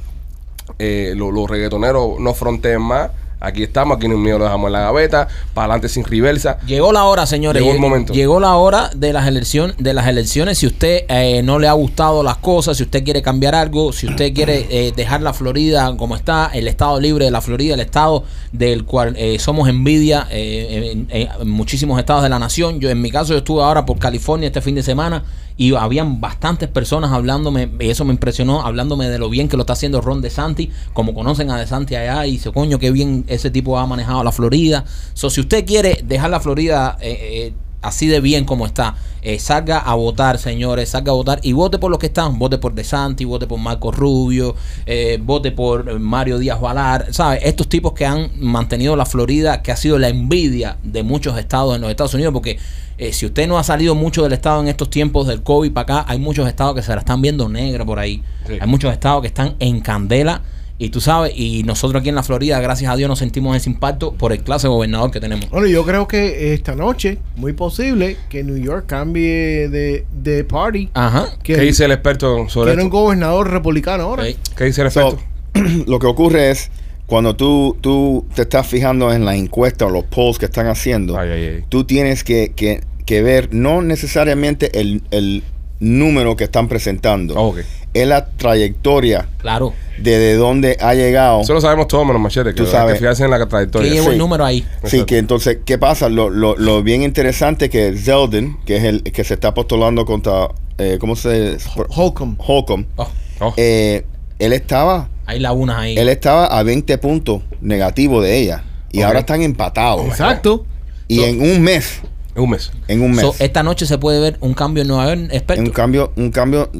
eh, lo- los, reggaetoneros, no fronteen más. Aquí estamos, aquí no hay miedo, lo dejamos en la gaveta. Para adelante sin reversa.
Llegó la hora, señores.
Llegó el momento.
Llegó la hora de las elecciones. De las elecciones. Si usted eh, no le ha gustado las cosas, si usted quiere cambiar algo, si usted quiere eh, dejar la Florida como está, el estado libre de la Florida, el estado del cual eh, somos envidia eh, en, en- en muchísimos estados de la nación. Yo en mi caso yo estuve ahora por California este fin de semana y habían bastantes personas hablándome y eso me impresionó hablándome de lo bien que lo está haciendo Ron DeSantis, como conocen a DeSantis allá y dice coño qué bien ese tipo ha manejado la Florida. So, si usted quiere dejar la Florida eh, eh, así de bien como está. Eh, salga a votar, señores, salga a votar y vote por los que están. Vote por DeSanti, vote por Marco Rubio, eh, vote por eh, Mario Díaz Valar. ¿Sabes? Estos tipos que han mantenido la Florida, que ha sido la envidia de muchos estados en los Estados Unidos, porque eh, si usted no ha salido mucho del estado en estos tiempos del COVID para acá, hay muchos estados que se la están viendo negra por ahí.
Sí.
Hay muchos estados que están en candela. Y tú sabes, y nosotros aquí en la Florida, gracias a Dios, nos sentimos ese impacto por el clase gobernador que tenemos.
Bueno, yo creo que esta noche, muy posible, que New York cambie de, de party.
Ajá.
Que
¿Qué dice el experto sobre
tiene un
esto?
gobernador republicano ahora.
Ok.
¿Qué dice el
So,
experto?
lo que ocurre es cuando tú, tú te estás fijando en la encuesta o los polls que están haciendo,
Ay, ay, ay.
tú tienes que, que- que ver no necesariamente el, el número que están presentando,
Ah, ok.
es la trayectoria
Claro.
de, de dónde ha llegado.
Eso lo sabemos todos, menos machete. Que
Tú
hay que
sabes.
fijarse en la
Que
trayectoria.
llevo
Sí.
el número ahí.
Sí, que entonces, ¿qué pasa? Lo, lo, lo bien interesante que Zeldin, que es el que se está postulando contra, eh, ¿cómo se
Holcomb.
Holcomb,
Oh,
Oh,
eh, él estaba
hay la una ahí.
Él estaba a 20 puntos negativos de ella. Y
Ok.
ahora están empatados.
Exacto.
Y en un mes,
un mes.
en un mes,
So, esta noche se puede ver un cambio en Nueva York, experto.
un cambio, un cambio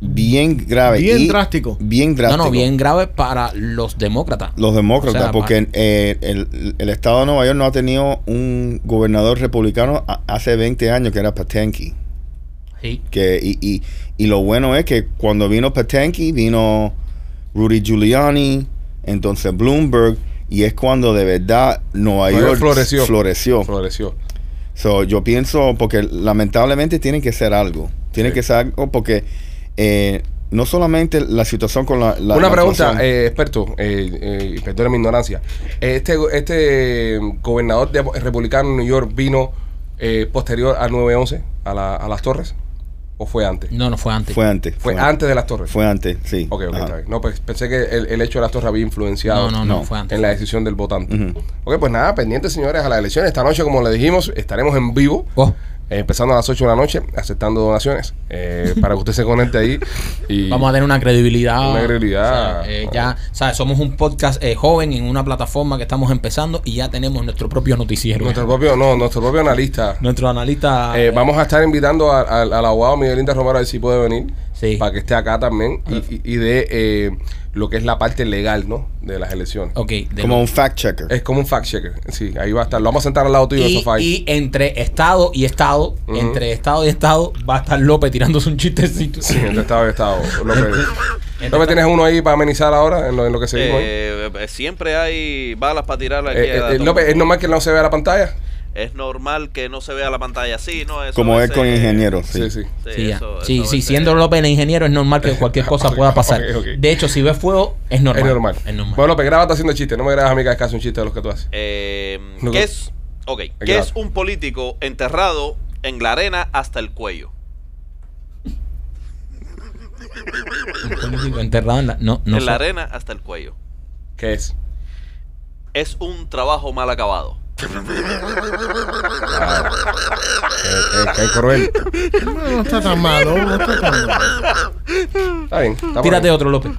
bien grave.
Bien
y
drástico.
Bien
no,
drástico.
no, bien grave para los demócratas.
Los demócratas,
O sea,
porque eh, el, el estado de Nueva York no ha tenido un gobernador republicano a- hace 20 años, que era Patenki.
Sí.
Que, y, y, y lo bueno es que cuando vino Patenki, vino Rudy Giuliani, entonces Bloomberg, y es cuando de verdad
Nueva
Nueva York
York floreció.
floreció.
Floreció.
So, yo pienso, porque lamentablemente tienen que ser algo. Tiene que ser algo porque eh, no solamente la situación con la. la-
Una
la
pregunta,
actuación-
eh, experto, eh, eh, perdone mi ignorancia. Este, este gobernador de- republicano de New York vino eh, posterior al 9-11, a, la- a las torres, o fue antes?
No, no fue antes.
fue antes.
eh, Fue antes de las torres.
Fue antes, sí.
Ok, ok,
Ajá.
está bien. No, pues pensé que el, el hecho de las torres había influenciado
no, no, no,
no.
fue antes.
en la decisión del votante.
Ujú.
Ok, pues nada, pendientes señores a la elección. Esta noche, como le dijimos, estaremos en vivo.
Oh,
eh, Empezando a las 8 de la noche, aceptando donaciones eh, para que usted se conecte ahí. Y
vamos a tener una credibilidad.
Una credibilidad. Oh.
O sea, eh, ya, ¿sabes? Somos un podcast eh, joven en una plataforma que estamos empezando y ya tenemos nuestro propio noticiero.
nuestro propio, no, nuestro propio analista.
Nuestro analista.
Eh, vamos a estar invitando a- a- al abogado Miguel Inda Romero a ver si puede venir.
Sí. Ah.
Para que esté acá también y, y- y de eh, lo que es la parte legal, ¿no? De las elecciones.
Ok, de
Como
lo-
un fact checker.
Es como un fact checker. Sí, ahí va a estar. Lo vamos a sentar al lado tuyo en el
y,
sofá. ahí.
y entre estado y estado,
Ujú.
entre estado y estado, va a estar López tirándose un chistecito.
Sí, entre estado y estado. López, López, ¿tienes uno ahí para amenizar ahora en lo, en lo que seguimos? ahí?
Eh, eh, siempre hay balas para tirar aquí.
Eh, eh,
a la
eh,
toma.
López, ¿es normal que no se vea la pantalla?
Es normal que no se vea la pantalla así, ¿no? Eso
como
a
es
veces-
con ingenieros.
Sí,
Sí,
sí.
Sí,
Sí, ya.
eso-
sí,
eso eh, a
sí,
veces-
siendo López el ingeniero es normal que cualquier cosa pueda pasar.
ok, ok.
De hecho, si ves fuego, es normal.
Es normal. Bueno, López, grábate haciendo chistes. No me grabas a mí cada casi un chiste de los que tú haces.
Eh,
No,
¿Qué
no.
es? Ok, ¿qué
Claro.
es un político enterrado en la arena hasta el cuello?
Un político enterrado en la, no, no
en la
sé.
arena hasta el cuello.
¿Qué es? Eh,
Es un trabajo mal acabado.
Es que es cruel.
No, no está tan malo, no está tan malo.
Está bien. está por
Tírate
ahí.
otro, López.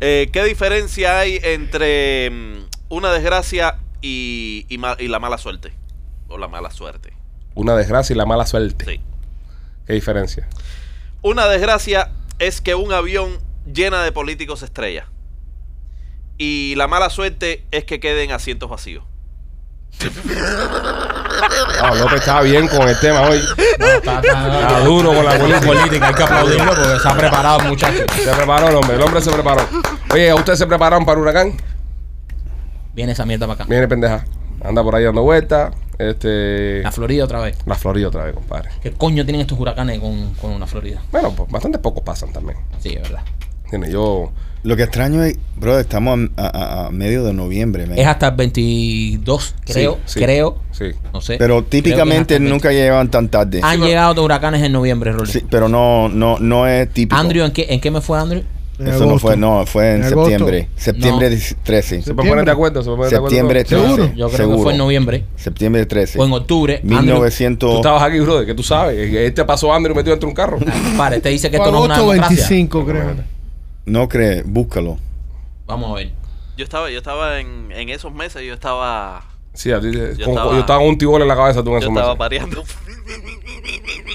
Eh, ¿Qué diferencia hay entre mm, una desgracia y, y ma- y la mala suerte? O la mala suerte.
Una desgracia y la mala suerte.
Sí.
¿Qué diferencia?
Una desgracia es que un avión llena de políticos estrella. Y la mala suerte es que queden asientos vacíos.
Ah, López está bien con el tema hoy.
Está,
Está duro con la
política, hay que aplaudirlo porque se ha preparado, muchachos.
Se preparó el hombre, el hombre se preparó. Oye, ¿a ¿ustedes se prepararon para huracán?
Viene esa mierda para acá.
Viene pendeja. Anda por ahí dando vueltas. Este.
La Florida otra vez.
La Florida otra vez, compadre.
¿Qué coño tienen estos huracanes con, con una Florida?
Bueno, pues bastante pocos pasan también.
Sí, es verdad.
Tiene yo.
Lo que extraño es, bro, estamos a, a- a- a medio de noviembre. man.
Es hasta el 22, creo,
sí,
creo.
Sí.
No sé.
Pero
Creo que es hasta
típicamente
el 22.
nunca llegan tan tarde.
Han llegado dos huracanes en noviembre, Rolly.
Sí, pero no, no, no es típico.
Andrew, ¿en qué, ¿en qué me fue Andrew?
En
Eso no
agosto.
fue, no, fue en,
En agosto.
septiembre. Septiembre
No.
13.
¿Se pueden poner de acuerdo? ¿Se pueden poner de acuerdo?
Septiembre
Sí,
13.
¿Seguro?
Yo creo que
seguro.
fue en noviembre
Septiembre 13.
o en octubre. Andrew,
1900.
Tú estabas aquí, brother, que tú sabes. Este pasó Andrew metido dentro de un carro.
Pare, te dice que
Fue
esto no es una
agosto
democracia.
25, creo.
No crees, búscalo.
Vamos a ver.
Yo estaba, yo estaba en, en esos meses, yo estaba.
Sí, a ti te-
Yo
con-
estaba-
yo estaba con un tibol en la cabeza tú en esos
Yo estaba
meses.
pareando.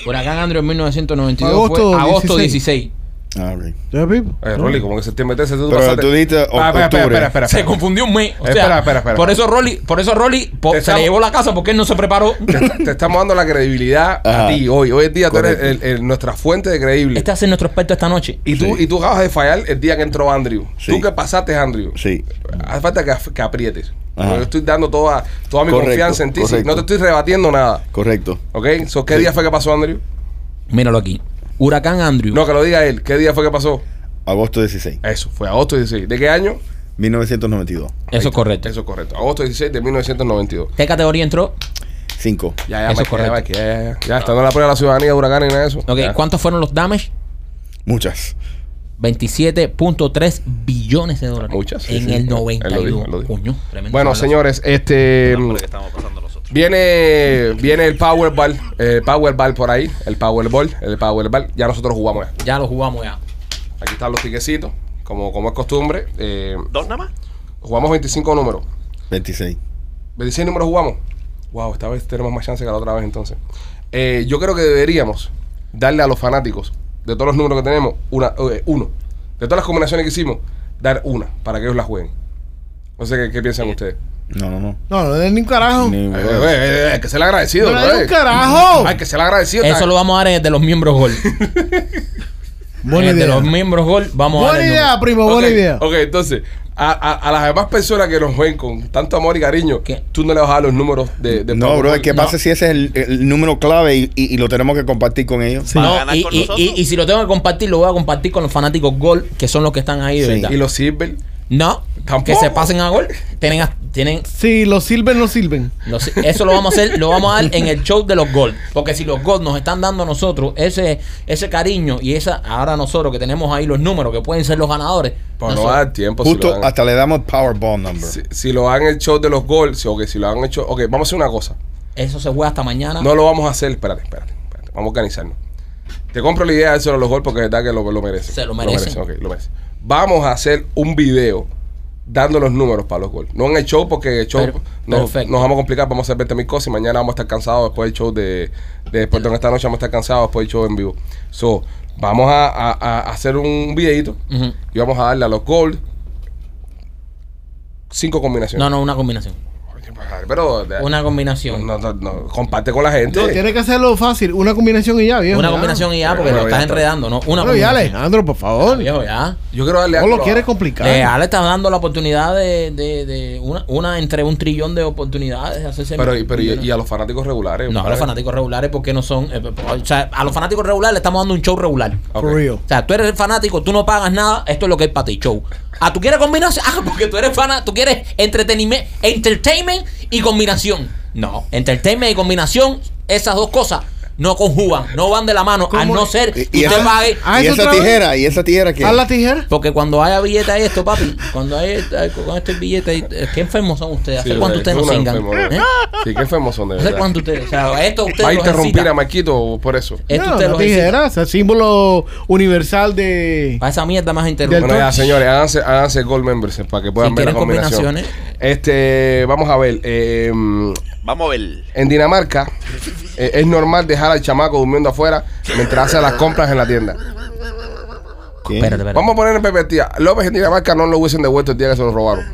Huracán Andrew en 1992
Agosto
fue agosto 16.
16.
Ah, ok.
¿Ya, Pipo?
Eh, Rolly, como que septiembre 13 tú
Pero
pasaste-
tú dijiste
Ah, espera, espera,
octubre.
espera, espera,
Se
espera.
confundió un mes. O sea,
Espera, espera, espera.
Por eso Rolly, por eso Rolly po-
Te
se
estamos-
le llevó la casa porque él no se preparó.
Te, te estamos dando la credibilidad a
Ajá.
ti hoy. Hoy en día tú eres
Correcto.
el- el- nuestra fuente de creíble.
Este va a ser nuestro experto esta noche.
Y tú,
Sí.
y tú acabas de fallar el día que entró Andrew.
Sí.
Tú que pasaste, Andrew.
Sí.
Hace falta que, af- que aprietes.
Ajá.
Yo estoy dando toda, toda mi
Correcto,
confianza en ti. sí.
correcto.
No te estoy rebatiendo nada.
Correcto.
¿Ok? So, ¿Qué día fue que pasó, Andrew?
Míralo aquí. Huracán Andrew.
No, que lo diga él. ¿Qué día fue que pasó?
Agosto 16.
Eso, fue agosto 16. ¿De qué año?
1992.
eso es correcto.
Eso es correcto. Agosto 16 de 1992.
¿Qué categoría entró?
5.
Ya,
Eso
ya,
es correcto.
Mike, ya, ya, ya, ya. Ya, está no la prueba de la ciudadanía de huracanes ni nada de eso.
Ok,
Ya.
¿cuántos fueron los damage?
Muchas.
27.3 billones de dólares.
Muchas, sí,
en
sí.
el
Él lo dijo, él lo
92.
dijo.
Coño, tremendo
Bueno,
balazo.
señores, este...
Hambre que estamos pasando nosotros.
Viene, viene el Powerball, eh, Powerball por ahí, el Powerball, el Powerball. Ya nosotros jugamos ya.
Ya lo jugamos ya.
Aquí están los tiquecitos, como, como es costumbre. eh,
¿Dos nada más?
jugamos 25 números.
26.
26 números jugamos. Wow, esta vez tenemos más chance que la otra vez entonces. Eh, yo creo que deberíamos darle a los fanáticos de todos los números que tenemos, una, eh, uno. De todas las combinaciones que hicimos, dar una para que ellos la jueguen. No sé qué, qué piensan ustedes.
No, no, no.
No, no den ni un carajo.
Ni-
Eh, eh, eh, que se le agradecido.
No le den
brother.
un carajo.
Ay, que se le agradecido.
Eso
Está-
lo vamos a dar de los miembros Gol.
Buena
Eh, de
idea.
los miembros Gold, vamos a
Buena
darle el
idea,
número.
primo,
Ok,
buena idea.
Ok, entonces, a, a, a las demás personas que nos ven con tanto amor y cariño,
¿Qué?
tú no le vas a dar los números de, de
No,
Paco
bro,
Gol.
¿qué pasa si ese es el, el número clave y, y- y lo tenemos que compartir con ellos?
Sí.
No,
Para ganar
y,
con
y-
nosotros.
y- y si lo tengo que compartir, lo voy a compartir con los fanáticos Gol, que son los que están ahí de
Sí.
verdad.
Y los Silver.
No, que
Tampoco.
se pasen a Gol. Tienen, a- tienen
Si los sirven, no sirven.
No sé, eso lo vamos a hacer, lo vamos a dar en el show de los Gold. Porque si los Gold nos están dando a nosotros ese, ese cariño y esa, ahora nosotros que tenemos ahí los números que pueden ser los ganadores.
Para no
nosotros-
dar tiempo. si Pues lo
Justo
dan-
hasta le damos el Powerball number.
Si, si lo han hecho de los gols, si, ok, si lo han hecho. Ok, vamos a hacer una cosa.
eso se juega hasta mañana.
No lo vamos a hacer, espérate, espérate. espérate. Vamos a organizarnos. Te compro la idea de eso de los gols porque es verdad que lo, lo merece.
Se lo merecen.
ok, lo merece. Vamos a hacer un video dando los números para los gols. No en el show porque en el show
Per-
nos,
perfecto.
nos vamos a complicar, vamos a hacer 20 mil cosas y mañana vamos a estar cansados después del show de, de perdón, esta noche vamos a estar cansados después del show en vivo. So, vamos a, a- a hacer un videito
Ujú.
y vamos a darle a los gols cinco combinaciones.
no, no, una combinación.
Oye, Pero
Una combinación.
no, no, no, comparte con la gente.
No, tiene que hacerlo fácil. Una combinación y ya, viejo.
una
ya.
combinación y ya, porque
Bueno,
lo
ya
estás
está.
enredando, ¿no? Una
Bueno, ya,
combinación.
Alejandro, por favor.
Viejo, ya.
Yo quiero darle
No
algo
lo quieres
haga.
complicar.
Le Ale está dando la oportunidad de, de- de una, una entre un trillón de oportunidades de hacerse
Pero, y- pero y,
millonario.
y a los fanáticos regulares.
No, a los fanáticos regulares porque no son... eh, o sea, a los fanáticos regulares le estamos dando un show regular.
Ok.
For real.
O sea, tú eres fanático, tú no pagas nada, esto es lo que es para ti, show. Ah, tú quieres combinación, ah, porque tú eres fan, tú quieres entretenimiento, entertainment y combinación. No, entertainment y combinación, esas dos cosas no conjugan, no van de la mano, a
¿Cómo?
no ser
Y-
que
y
usted
esa-
pague.
Ah,
y
¿eso
esa
otra vez?
tijera, y esa tijera que.
Haz la tijera.
Porque cuando haya billete hay esto, papi. Cuando hay esta- con este billete, hay- qué enfermos son ustedes. ¿Hace
Sí,
cuánto
sí,
ustedes
es
no
una
cingan?
enfermedad.
¿Eh?
Sí, qué enfermos son de
¿Hace
verdad.
cuánto ustedes? O sea, esto ustedes
Va a
los
interrumpir
excitan.
a Marquito por eso.
Esto
No,
ustedes
la
los excitan.
tijera. Es el símbolo universal de.
Para esa mierda más
Del
interrumpir.
Bueno, ya,
touch.
señores, háganse, háganse Gold Members para que puedan
Si
ver la
quieren
combinación.
combinaciones.
Este, vamos a ver. eh,
Vamos a ver.
en Dinamarca eh, es normal dejar al chamaco durmiendo afuera mientras hace las compras en la tienda.
¿Qué?
Espérate, espérate.
Vamos a poner en perspectiva. López en Dinamarca no lo hubiesen devuelto el día que se lo robaron.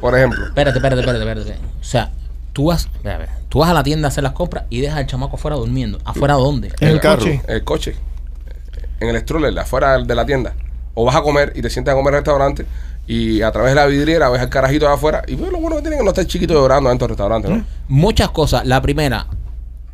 Por ejemplo.
Espérate, espérate, espérate, espérate. O sea, tú vas, espera, espera. tú vas a la tienda a hacer las compras y dejas al chamaco afuera durmiendo. ¿Afuera dónde?
En el coche.
El coche. En el stroller, afuera de la tienda. O vas a comer y te sientas a comer en el restaurante y a través de la vidriera ves al carajito de afuera. Y pues, lo bueno que tienen es que no está el chiquito llorando dentro del restaurante,
Mm.
¿no?
Muchas cosas. La primera,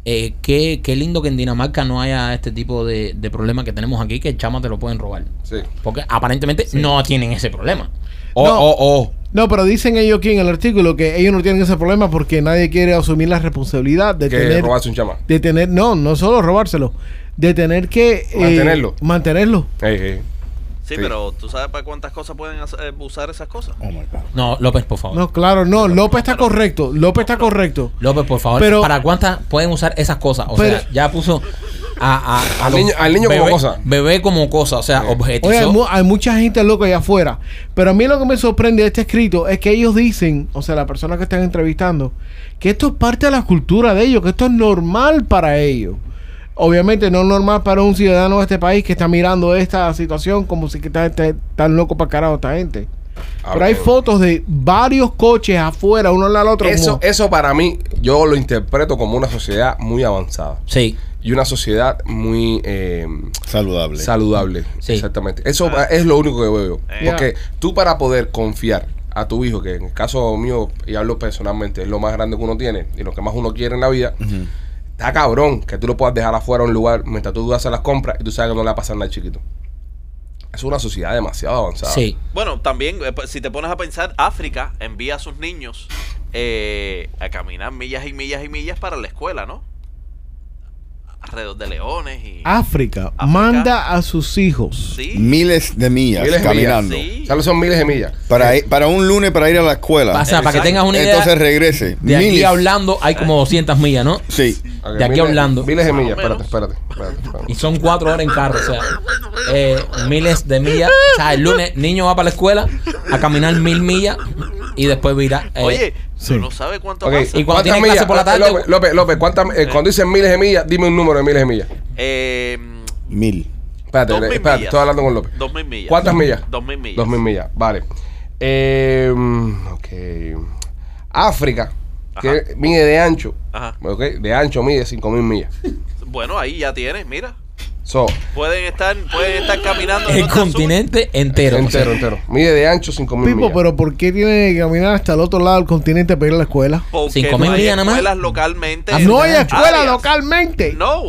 eh, qué, qué lindo que en Dinamarca no haya este tipo de, de problema que tenemos aquí, que el chama te lo pueden robar.
Sí.
Porque aparentemente no tienen ese problema.
O,
No.
o, o.
No, pero dicen ellos aquí en el artículo que ellos no tienen ese problema porque nadie quiere asumir la responsabilidad de
Que
tener.
robarse un chama.
De tener. No, no solo robárselo. De tener que. eh,
Mantenerlo.
mantenerlo.
Ey, ey.
Sí,
Sí.
pero tú sabes para cuántas cosas pueden hacer- eh, usar esas cosas.
Oh my God.
No, López, por favor.
No, claro, no. López está correcto. López está correcto.
López, por favor.
Pero-
¿Para cuántas pueden usar esas cosas? O
Pero-
sea, ya puso a, a- a
Al
los
niño- al niño como
bebé-
cosa.
Bebé como cosa. O sea, objetizó.
Oye, hay, mu- hay mucha gente loca allá afuera. Pero a mí lo que me sorprende de este escrito es que ellos dicen, o sea, la persona que están entrevistando, que esto es parte de la cultura de ellos, que esto es normal para ellos. Obviamente no es normal para un ciudadano de este país que está mirando esta situación como si que está, está- tan loco para carajo esta gente.
Ah,
Pero hay
bueno.
fotos de varios coches afuera, uno al lado del otro.
Eso,
como-
eso para mí, yo lo interpreto como una sociedad muy avanzada.
Sí.
Y una sociedad muy eh,
Saludable.
saludable.
Sí.
Exactamente. Eso es lo único que veo. yo.
Ah. Eh.
Porque tú para poder confiar a tu hijo, que en el caso mío, y hablo personalmente, es lo más grande que uno tiene y lo que más uno quiere en la vida, está cabrón que tú lo puedas dejar afuera a un lugar mientras tú haces las compras y tú sabes que no le va a pasar nada al chiquito. Es una sociedad demasiado avanzada.
Sí.
Bueno, también, eh, pues, si te pones a pensar, África envía a sus niños eh, a caminar millas y millas y millas para la escuela, ¿no? Alrededor de leones y...
Ah, África,
África.
manda a sus hijos.
sí.
Miles de millas
Miles de
caminando.
millas, sí.
O sea, no son miles de millas.
Para, ir- para un lunes para ir a la escuela.
Pasa, para que
Exacto.
tengas una idea.
Entonces regrese.
de aquí
Miles.
hablando hay como 200 millas, ¿no?
Sí.
Ok,
De aquí
miles-
hablando.
Miles de millas.
Más o
Espérate,
menos.
espérate. espérate, espérate.
Y son cuatro horas en carro, o sea, eh, miles de millas. O sea, el lunes, niño va para la escuela a caminar mil millas y después vira. eh,
Oye,
sí.
tú no sabes cuánto
Ok,
pasa.
Y cuando tiene clase por la tarde-
López, López, López, ¿cuántas, eh, cuando dicen miles de millas, dime un número de miles de millas.
Eh, mm,
Mil.
Espérate,
Dos mil
espérate,
millas.
estoy hablando con López.
dos mil millas.
¿Cuántas millas?
Dos mil millas.
2000 millas, vale. Eh, ok. África, que
Ajá.
mide de ancho.
Ajá.
ok, De ancho mide 5000 millas.
Bueno, ahí ya tienes, mira.
So,
Pueden estar, pueden estar caminando. en
El
norte a sur.
continente entero.
entero, entero. Mide de ancho 5.000 millas.
Pipo, pero ¿por qué tiene que caminar hasta el otro lado del continente para ir a la escuela?
Porque
Cinco mil
no hay
millas nada más.
escuelas localmente.
Ah, no hay escuela
áreas.
localmente.
No.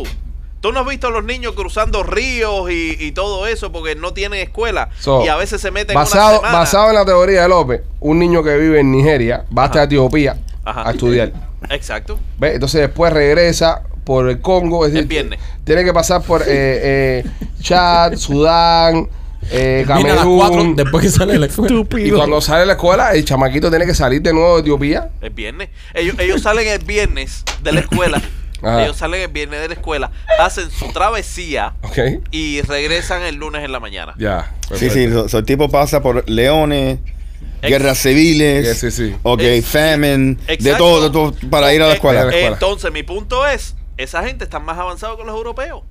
Tú no has visto a los niños cruzando ríos y, y todo eso porque no tienen escuela.
So,
y a veces se meten una
basado,
semana.
basado en la teoría de López, un niño que vive en Nigeria va hasta
Ajá.
Etiopía
Ajá.
a estudiar.
Exacto.
¿Ves? Entonces después regresa por el Congo. Es
El
decir,
viernes.
Tiene que pasar por eh, eh, Chad, Sudán, eh,
Viene a las
Camerún.
4 después que sale la escuela.
Y cuando sale de la escuela, el chamaquito tiene que salir de nuevo de Etiopía.
El viernes. Ellos, ellos salen el viernes de la escuela.
Ajá.
Ellos salen el viernes de la escuela, hacen su travesía
Ok.
y regresan el lunes en la mañana.
Ya. Pues,
Sí,
perfecto.
sí, so- so el tipo pasa por leones,
Ex-
guerras civiles,
Sí, sí, sí.
ok,
Ex-
famine, de
Exacto.
todo, de todo, para ir a la
Eh,
escuela.
la
eh,
escuela.
Entonces, mi punto es, esa gente está más avanzada que los europeos.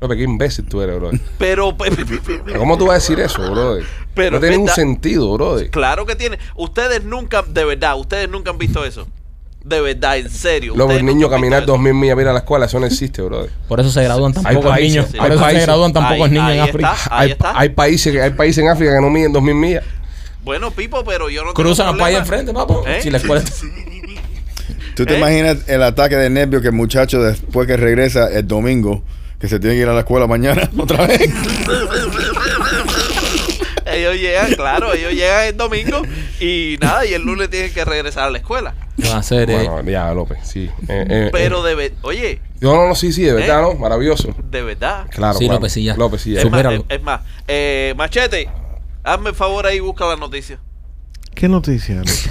López, pues, qué imbécil tú eres, bro.
Pero,
¿Cómo tú vas a decir eso, bro?
Pero
no
es
tiene ningún
verdad.
sentido, bro.
claro que tiene. Ustedes nunca, de verdad, ustedes nunca han visto eso. De verdad, en serio.
López,
ustedes
el
nunca
niño
han visto
caminar
eso.
2.000 millas para ir a la escuela, eso no existe, bro.
Por eso se gradúan tan
Hay
pocos
países,
niños.
sí,
Por
hay
eso se
países.
gradúan tan
Ahí-
pocos niños en
ahí
África.
está.
Hay,
está.
hay países que hay países en África que no miden 2.000 millas.
Bueno, Pipo, pero yo no
Cruzan
tengo
al país
problema.
enfrente, papo.
¿Eh?
Si la escuela
¿Tú te
¿Eh?
imaginas el ataque de nervio que el muchacho después que regresa el domingo, que se tiene que ir a la escuela mañana otra vez?
Ellos llegan, claro, ellos llegan el domingo y nada, y el lunes tienen que regresar a la escuela.
va a ser eh,
Bueno, ya, López, sí. Eh, eh,
Pero
eh.
Eh. de verdad, oye,
No, no, no, sí, sí, de verdad, ¿no? Maravilloso.
de verdad.
Claro,
Sí,
claro.
López, sí, ya.
López, sí, ya.
Es más,
supéralo.
es- es más, eh, Machete, hazme el favor ahí y busca la noticia.
¿Qué noticia? López?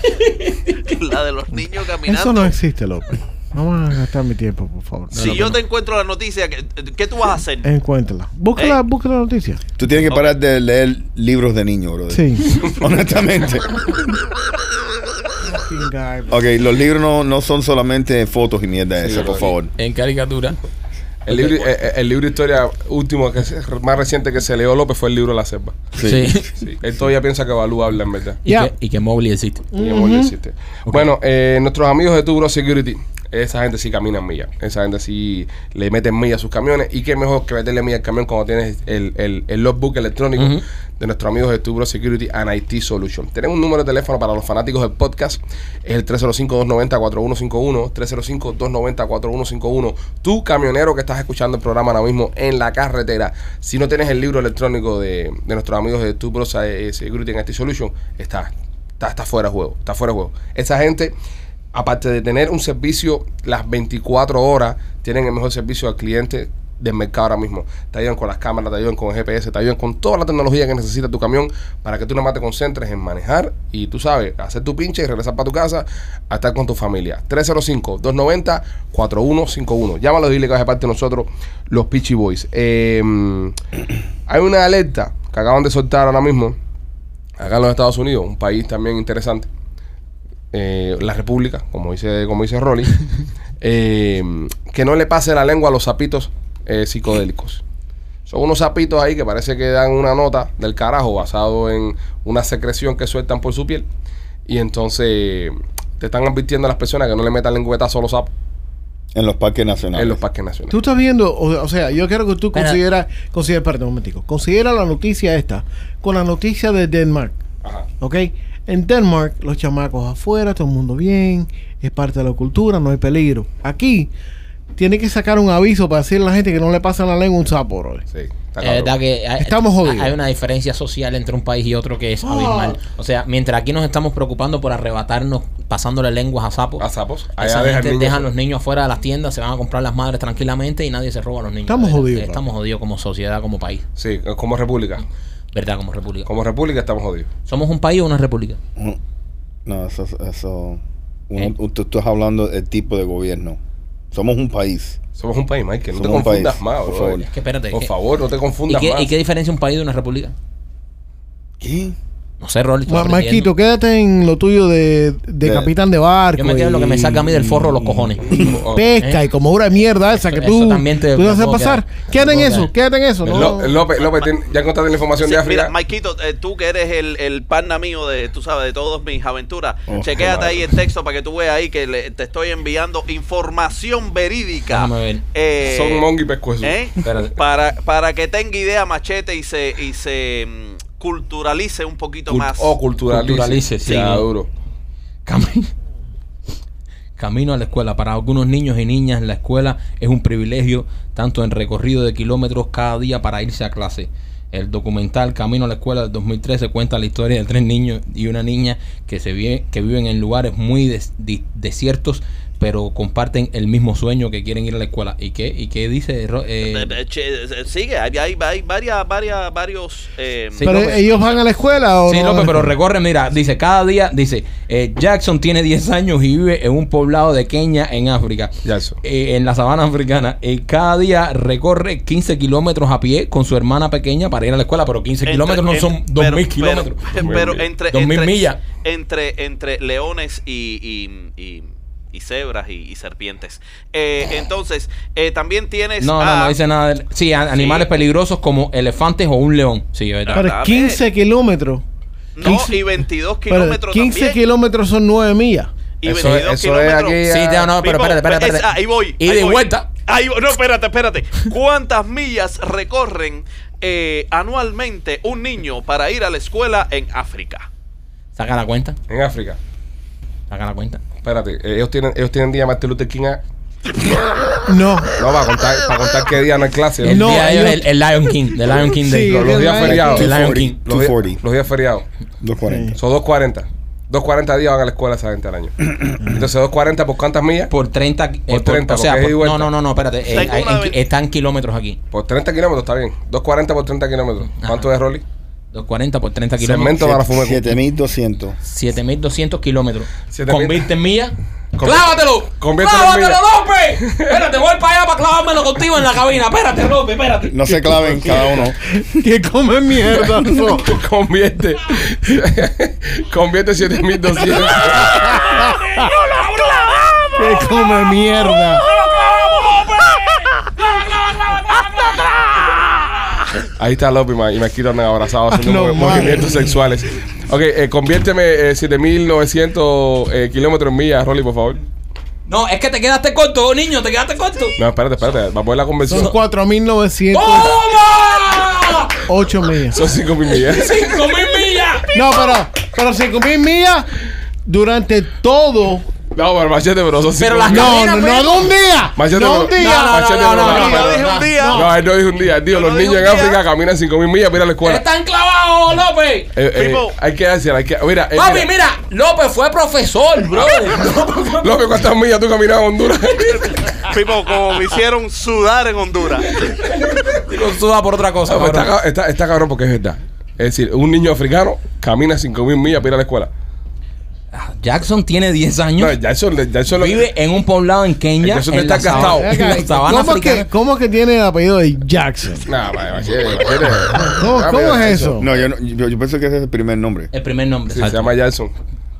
La de los niños caminando.
Eso no existe, López. Vamos a gastar mi tiempo, por favor.
si yo te encuentro la noticia, ¿qué, qué tú vas a
Eh,
hacer?
Encuéntrala.
Eh.
Búscala, busca la noticia.
Tú tienes que parar de leer libros de niños, bro.
Sí.
Honestamente. Ok, los libros no, no son solamente fotos y mierda de
Sí,
esa, por
brother.
favor.
en caricatura.
El libro, eh, eh, el libro de historia último, que se- más reciente que se leyó López fue el libro La Selva.
Sí.
Sí. Él todavía piensa que Balú habla en verdad.
Y,
Ya.
que, y que Mowgli existe.
Y amor no existe. Bueno, eh, nuestros amigos de Tubro Security, esa gente sí caminan millas. Esa gente sí le meten millas a sus camiones. Y qué mejor que meterle millas al camión cuando tienes el, el, el logbook electrónico
Ujú.
de nuestros amigos de Tubro Security and IT Solution. Tenemos un número de teléfono para los fanáticos del podcast. Es el 305-290-4151. 305-290-4151. Tú, camionero que estás escuchando el programa ahora mismo en la carretera, si no tienes el libro electrónico de, de nuestros amigos de Tubro eh, Security and IT Solution, está está, está fuera de juego, está fuera de juego. Esa gente, aparte de tener un servicio las 24 horas, tienen el mejor servicio al cliente del mercado ahora mismo. Te ayudan con las cámaras, te ayudan con el GPS, te ayudan con toda la tecnología que necesita tu camión para que tú nada más te concentres en manejar y tú sabes, hacer tu pinche y regresar para tu casa a estar con tu familia. 305-290-4151. Llámalo y dile que vas de parte de nosotros, los Pitchy Boys. Eh, hay una alerta que acaban de soltar ahora mismo acá en los Estados Unidos, un país también interesante, eh, la República, como dice, como dice Rolly, eh, que no le pase la lengua a los sapitos eh, psicodélicos. Son unos sapitos ahí que parece que dan una nota del carajo basado en una secreción que sueltan por su piel. Y entonces te están advirtiendo a las personas que no le metan lengüetazo a los sapos
En los parques nacionales.
en los parques nacionales.
Tú estás viendo, o, o sea, yo quiero que tú
Espera.
consideras, considera, perdón, un momentico, considera la noticia esta con la noticia de Denmark,
Ajá.
¿ok? En Denmark, los chamacos afuera, todo el mundo bien, es parte de la cultura, no hay peligro. Aquí, tiene que sacar un aviso para decirle a la gente que no le pasan la lengua a un sapo, bro.
Sí, está
Es
cabrón.
verdad Eh, que hay,
Estamos jodidos.
hay una diferencia social entre un país y otro que es abismal.
Oh.
O sea, mientras aquí nos estamos preocupando por arrebatarnos pasándole lenguas a sapos.
A sapos.
Esa
Allá deja el
gente
niño
dejan
solo.
los niños afuera de las tiendas, se van a comprar las madres tranquilamente y nadie se roba a los niños.
Estamos
¿verdad?
jodidos,
Estamos jodidos como sociedad, como país,
Sí, como república.
¿verdad? Como república.
Como república estamos jodidos.
¿Somos un país o una república?
No, eso. eso uno-
¿Eh?
tú, tú estás hablando del tipo de gobierno. Somos un país.
Somos un país, Michael. No
Somos un
te confundas
país,
más,
por
bro.
favor.
Es que espérate.
Por
que-
favor, no te
¿y
confundas
qué,
más.
y qué diferencia un país de una república?
¿Qué?
No sé, Rolly. estoy
Ma-
aprendiendo.
Marquito, quédate en lo tuyo de, de
Eh,
capitán de barco.
Yo me quedo en lo que me saca a mí del forro los cojones.
y Pesca
¿Eh?
y como una mierda esa que
Eso
tú,
también te-
tú
me
vas a
puedo
pasar.
quedar.
Quédate en
Me puedo
eso,
quedar.
quédate en eso. no-
Ló- López, López, ¿tien- ¿ya encontraste la información
Sí,
de África?
mira, Maikito, eh, tú que eres el, el pan amigo de, tú sabes, de todas mis aventuras,
Oh,
chequéate
joder.
ahí el texto para que tú veas ahí que le- te estoy enviando información verídica.
Déjame ver.
Eh,
Son Mongi Pescuezo.
¿eh?
Espérate.
Para, para que tenga idea machete y se, y se mm, culturalice un poquito
Cult-
más.
O culturalice.
Culturalice, sí.
Ya, duro.
Camino. Camino a la escuela. Para algunos niños y niñas, la escuela es un privilegio, tanto en recorrido de kilómetros cada día para irse a clase. El documental Camino a la escuela del 2013 cuenta la historia de tres niños y una niña que, se vie- que viven en lugares muy des- di- desiertos, pero comparten el mismo sueño que quieren ir a la escuela. ¿Y qué, y qué dice? Ro- eh,
Eh, eh, che, eh, Sigue, hay, hay, hay varias, varias, varios. eh,
Sí,
Pero
López.
ellos van a la escuela o
Sí,
no?
López, pero recorre, mira, dice, cada día, dice, eh, Jackson tiene 10 años y vive en un poblado de Kenia, en África,
Jackson.
eh, en la sabana africana. Y cada día recorre 15 kilómetros a pie con su hermana pequeña para ir a la escuela, pero 15
entre-
kilómetros no
en-
son
pero-
2.000
pero-
kilómetros.
Pero, entre,
2000
entre-
millas.
Entre, entre leones y, y- y- y cebras y, y serpientes. Eh, entonces, eh, también tienes.
No, no,
a-
no dice nada. de- sí, a- animales peligrosos como elefantes o un león. Sí, es verdad.
Pero es
Dame.
15 kilómetros.
no,
15
y 22
Pero
kilómetros
15
también.
kilómetros son 9 millas.
y
Eso es- eso
22
es
kilómetros.
aquí,
Sí, ya, no, pero
Vivo,
espérate, espérate.
es-
espérate.
ahí voy.
Y
ahí
de
voy.
vuelta.
Ahí voy. No, espérate, espérate. ¿Cuántas millas recorren eh, anualmente un niño para ir a la escuela en África?
Saca la cuenta,
En África.
saca la cuenta.
Espérate, eh, ellos tienen, ellos tienen día Martin Luther King. ah,
No.
No, para contar, para contar qué día no hay clase.
El
¿no?
No,
día de ellos
yo-
es el, el Lion King, el Lion King Day.
Sí,
Los, los días
el
feriados.
Lion
240,
King.
Los, días-
240,
los días feriados.
240.
Son 2.40. 2.40 días van a la escuela esa gente al año. Entonces, 2.40 por cuántas millas? Por,
Por 30, eh,
Por 30,
o sea,
porque es ida
por-
y vuelta.
no, no, no, no, espérate. eh,
Tengo
hay-
una
en-
vez-
están kilómetros aquí.
30 kilómetros, está bien. 2.40 por 30 kilómetros. ¿Cuánto es, Rolly?
240 por 30 kilómetros.
Segmento para fumar.
7200.
7200 kilómetros.
7000.
Convierte en millas.
Convi-
¡Clávatelo!
Conviértelo en
¡Clávatelo,
millas.
López! Espérate, voy para allá para clavármelo contigo en la cabina. Espérate, López, espérate.
No se claven cada uno.
Que comen mierda. no.
Convierte. Convierte 7200.
Que comen mierda.
Ahí está López ma- y me quitan abrazados haciendo
No,
mov-
man.
movimientos sexuales. Ok, eh, conviérteme eh, 7900 eh, kilómetros en millas, Rolly, por favor.
No, es que te quedaste corto, niño, te quedaste corto.
No, espérate, espérate. Vamos a ver la
Son
convención.
4.908
¡Toma!
millas.
Son 5000 millas.
¡Cinco mil millas!
No, pero, pero 5.000 millas durante todo.
No, pero machete, pero son
Pero
5.000
las
millas.
No,
Camina,
no,
pero-
no, no un día.
Machete,
no un
pero-
día.
Ah, pues. No, no,
Machete,
no,
pero-
no, no,
Yo
pero-
dije un día.
No, él no dijo un día. Digo,
Yo
los
no dije
niños en
un día.
África caminan 5000 millas para ir a la escuela.
¡Están clavados, López!
Eh, eh,
Pipo.
hay que hacer, hay que. Mira, eh,
Papi, mira, López fue profesor, bro.
López, ¿cuántas millas tú caminabas en Honduras?
Pipo, como me hicieron sudar en Honduras.
Suda por otra cosa,
No, pero
cabrón.
Ah, pues está, ca- está- está cabrón porque es verdad. Es decir, un niño africano camina 5000 millas para ir a la escuela.
Jackson tiene 10 años.
No, ya eso, ya eso lo-
Vive en un poblado en Kenya.
Eso no
en
está
la
gastado.
sabana- en la sabana
¿Cómo, que,
africana.
¿Cómo que tiene el apellido de Jackson?
Nah, vaya, machete, machete.
¿Cómo,
Ah,
cómo
mira,
es eso?
No, yo, no- yo, yo pienso que ese es el primer nombre.
El primer nombre.
Sí, se
exacto.
llama Jackson.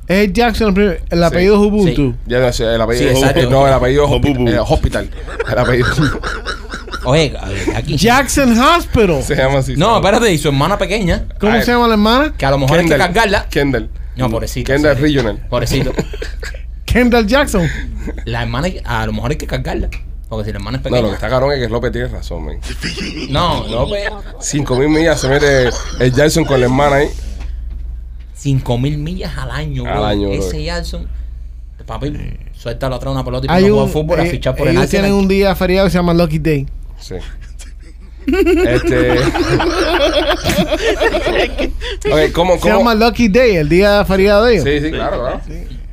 Es Jackson el, primer- el apellido es Ubuntu.
Sí.
Ya no sé, el apellido.
Sí, exacto.
no, el apellido es
Hopupu.
hospital. eh, hospital. El apellido.
Oye, a ver, aquí.
Jackson Hospital.
se llama así.
No, espérate, y su hermana pequeña,
¿Cómo
Ay.
se llama la hermana?
que a lo mejor
Kendall.
hay que cargarla.
Kendall.
No, pobrecito.
Kendall
sí.
Regional.
Pobrecito.
Kendall Jackson.
La hermana, hay- a lo mejor hay que cargarla. Porque si la hermana es
No,
pequeña.
lo que está cabrón es que López tiene razón, man.
No, pues, López.
5000 millas se mete el Jackson con la hermana ahí.
5 mil millas al año,
Al
bro.
año, bro.
Ese Jackson. Papi, suéltalo atrás de una pelota y
Eh. Hay
ponlo a
un,
jugar fútbol a
eh,
fichar por el
ellos
Arsenal.
tienen un día feriado que se llama Lucky Day.
Sí. Este. ok, ¿cómo,
Se llama
cómo?
Lucky Day, el día feriado de ellos.
Sí, sí, claro, claro.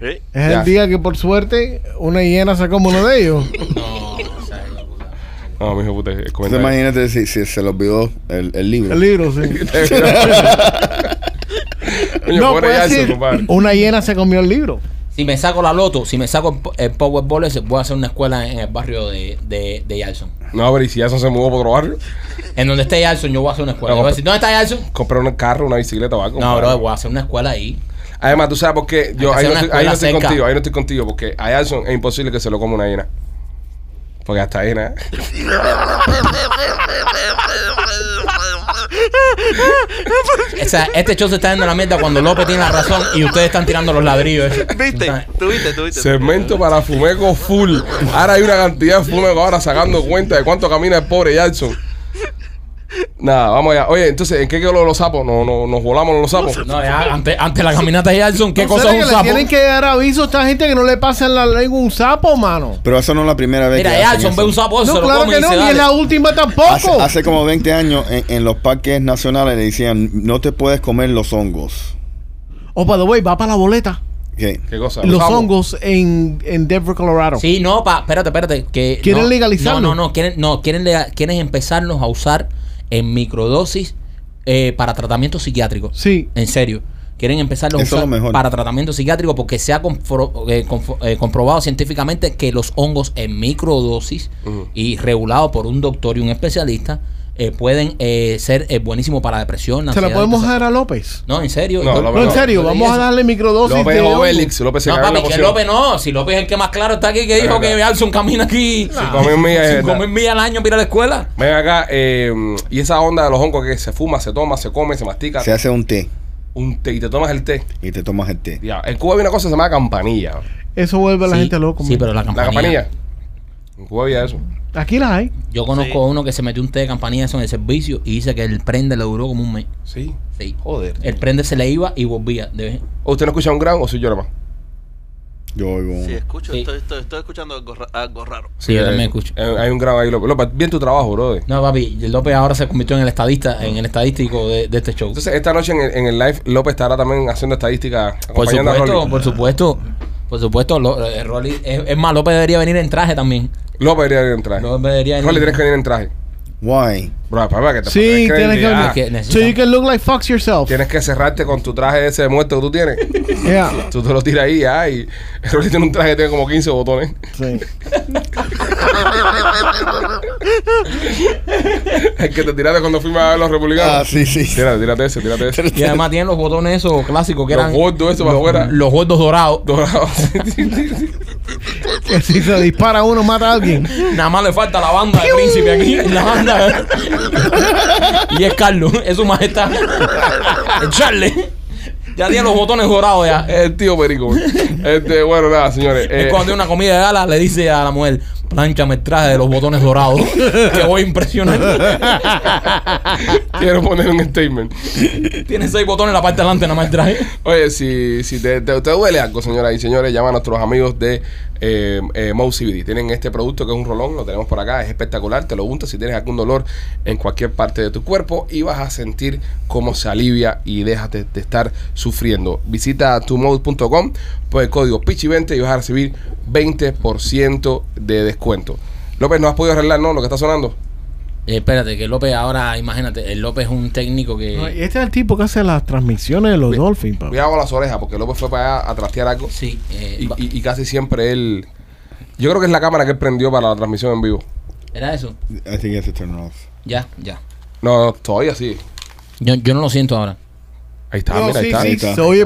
¿Eh?
Es
Ya.
el día que por suerte una hiena sacó uno de ellos.
No, mi hijo puta, el
Entonces,
comentario.
Pues imagínate si, si se le olvidó el, el libro.
El libro, sí.
Coño,
no,
pobre
puede
Jackson,
decir,
compadre.
una hiena se comió el libro.
Si me saco la loto, si me saco el po- el Powerball, se puede hacer una escuela en el barrio de, de, de Jackson.
No, pero ¿y si Jason se mudó por otro barrio?
En donde esté Yalson, yo voy a hacer una escuela. Yo voy a decir, ¿dónde está Yalson?
Comprar un carro, una bicicleta o algo.
No,
compadre.
bro, voy a hacer una escuela ahí.
Además, tú sabes por qué. Yo,
que
ahí, no
hacer una
estoy, ahí no
escuela
estoy
cerca.
contigo, ahí no estoy contigo, porque a Jason es imposible que se lo coma una hiena. Porque hasta hiena. ¿eh?
O sea, este show se está yendo a la mierda cuando López tiene la razón y ustedes están tirando los ladrillos. eh.
¿Viste? ¿Tú viste? ¿Tú viste?
Cemento para fumeco full. Ahora hay una cantidad de fumeco ahora sacando cuenta de cuánto camina el pobre Jackson. Nada, vamos allá. Oye, entonces, ¿en qué quedó lo de los sapos? No, no, nos volamos los sapos.
No, ya, ante, ante la caminata de Yalson, ¿qué
¿No
cosa
será
es un
que
sapo?
Le tienen que dar aviso a esta gente que no le pasen la lengua un sapo, mano.
Pero eso no es la primera vez
Mira,
que hacen
Yalson
eso.
ve un sapo, se
No,
lo
claro
come
que
y
no,
se
ni es
dale.
la última
Hace,
tampoco.
hace como 20 años en, en los parques nacionales le decían, no te puedes comer los hongos.
O Oh, by the way, va para la boleta.
¿Qué?
¿Qué cosa?
Los
sapos.
hongos en, en Denver, Colorado.
Sí, no, pa, espérate, espérate. Que
¿Quieren
no,
legalizarlo?
No, no, no, quieren, no, quieren, lega- quieren empezarlos a usar en microdosis eh, para tratamiento psiquiátrico.
Sí.
En serio. Quieren empezarlos a
Eso es
usar
lo mejor.
para tratamiento psiquiátrico porque se ha confro- eh, confo- eh, comprobado científicamente que los hongos en microdosis y regulados por un doctor y un especialista eh, pueden eh, ser eh, buenísimos para la depresión. la
Se la
ansiedad,
podemos
entonces-
dar a López.
No, en serio.
No,
Yo-
López
No,
Bueno,
en serio,
yo leí
vamos a
eso.
darle microdosis.
López
de
es
hongo.
Obelix. López se
No,
cagó en la
papi, que
poción.
López no. Si López es el que más claro está aquí, que dijo
verdad.
que Yalson camina aquí.
Cinco mil millas, es
Cinco
verdad.
mil millas al año para ir a la escuela.
Ven acá, eh, y esa onda de los hongos que se fuma, se toma, se come, se mastica,
Se hace un té
un té y te tomas el té.
y te tomas el té.
Ya, En Cuba había una cosa que se llama campanilla.
Eso vuelve a la
Sí,
gente loco.
Sí,
man.
pero la
La
campanilla.
campanilla. En Cuba había eso.
Aquí la hay.
Yo conozco a uno que se metió un té de campanilla eso en el servicio y dice que el prende le duró como un mes.
Sí.
Sí.
Joder.
El prende se le iba y volvía. de vez-
¿O ¿Usted no escucha un gran o soy yo nomás?
Yo oigo
Sí,
uno.
escucho,
Sí.
Estoy, estoy, estoy escuchando algo, ra- algo raro.
Sí, yo
eh,
también escucho.
eh, Hay un gran ahí, López. López, bien tu trabajo, brother.
No, papi, López ahora se convirtió en el estadista, en el estadístico de, de este show.
Entonces, esta noche en el, en el live, López estará también haciendo estadística.
por
acompañando a
supuesto,
Rolly.
por supuesto, por supuesto, lo- eh, Rolly- es, es más, López debería venir en traje también.
López debería venir en traje.
López debería venir.
Ah. Rolly, tienes que venir en traje.
Why?
Bro, papá, que te
Sí,
es
tienes que
ah,
hablar.
Es que
So
necesitamos-
you can look like fox yourself.
Tienes que cerrarte con tu traje ese de muerto que tú tienes.
Yeah.
tú te lo tiras ahí, ya. Y Rolly tiene un traje que tiene como 15 botones.
Sí.
El que te tiraste cuando fuimos a ver los republicanos.
Ah, sí, sí.
Tírate, tírate ese, tírate ese.
Y además tienen los botones esos clásicos que
Los
eran.
gordos esos para afuera.
Los gordos dorados.
Dorado.
Que si se dispara uno, mata a alguien.
Nada más le falta la banda de príncipe aquí. La banda. y es Carlos, es su majestad. El Charles. Ya tiene los botones dorados ya.
El tío Perico. Este, bueno, nada, señores.
Es
eh,
cuando tiene una comida de gala, le dice a la mujer, planchame el traje de los botones dorados. que voy a impresionar.
quiero poner un statement.
tiene seis botones en la parte de adelante, nada más el traje.
Oye, si, si te, te- te duele algo, señoras y señores, llama a nuestros amigos de eh, eh, Moe CBD. Tienen este producto que es un rolón, lo tenemos por acá, es espectacular. Te lo untas si tienes algún dolor en cualquier parte de tu cuerpo y vas a sentir cómo se alivia y dejas de, de estar sufriendo. Visita tumode.com por pues el código PICHI20 y vas a recibir 20% de descuento. López, ¿no has podido arreglar, no? Lo que está sonando.
Eh, espérate, que López ahora, imagínate, el López es un técnico
No,
que.
y Este es el tipo que hace las transmisiones de los Dolphins, papá.
Cuidado con las orejas, porque López fue para allá a trastear algo.
Sí, eh,
Y,
va-
y- y casi siempre él. Yo creo que es la cámara que él prendió para la transmisión en vivo.
era eso.
I think it's a turn off.
Ya, ya.
No, no, todavía sí.
Yo, yo no lo siento ahora.
Ahí está,
No,
Ah, mira, ahí
sí,
está.
sí,
ahí está.
se oye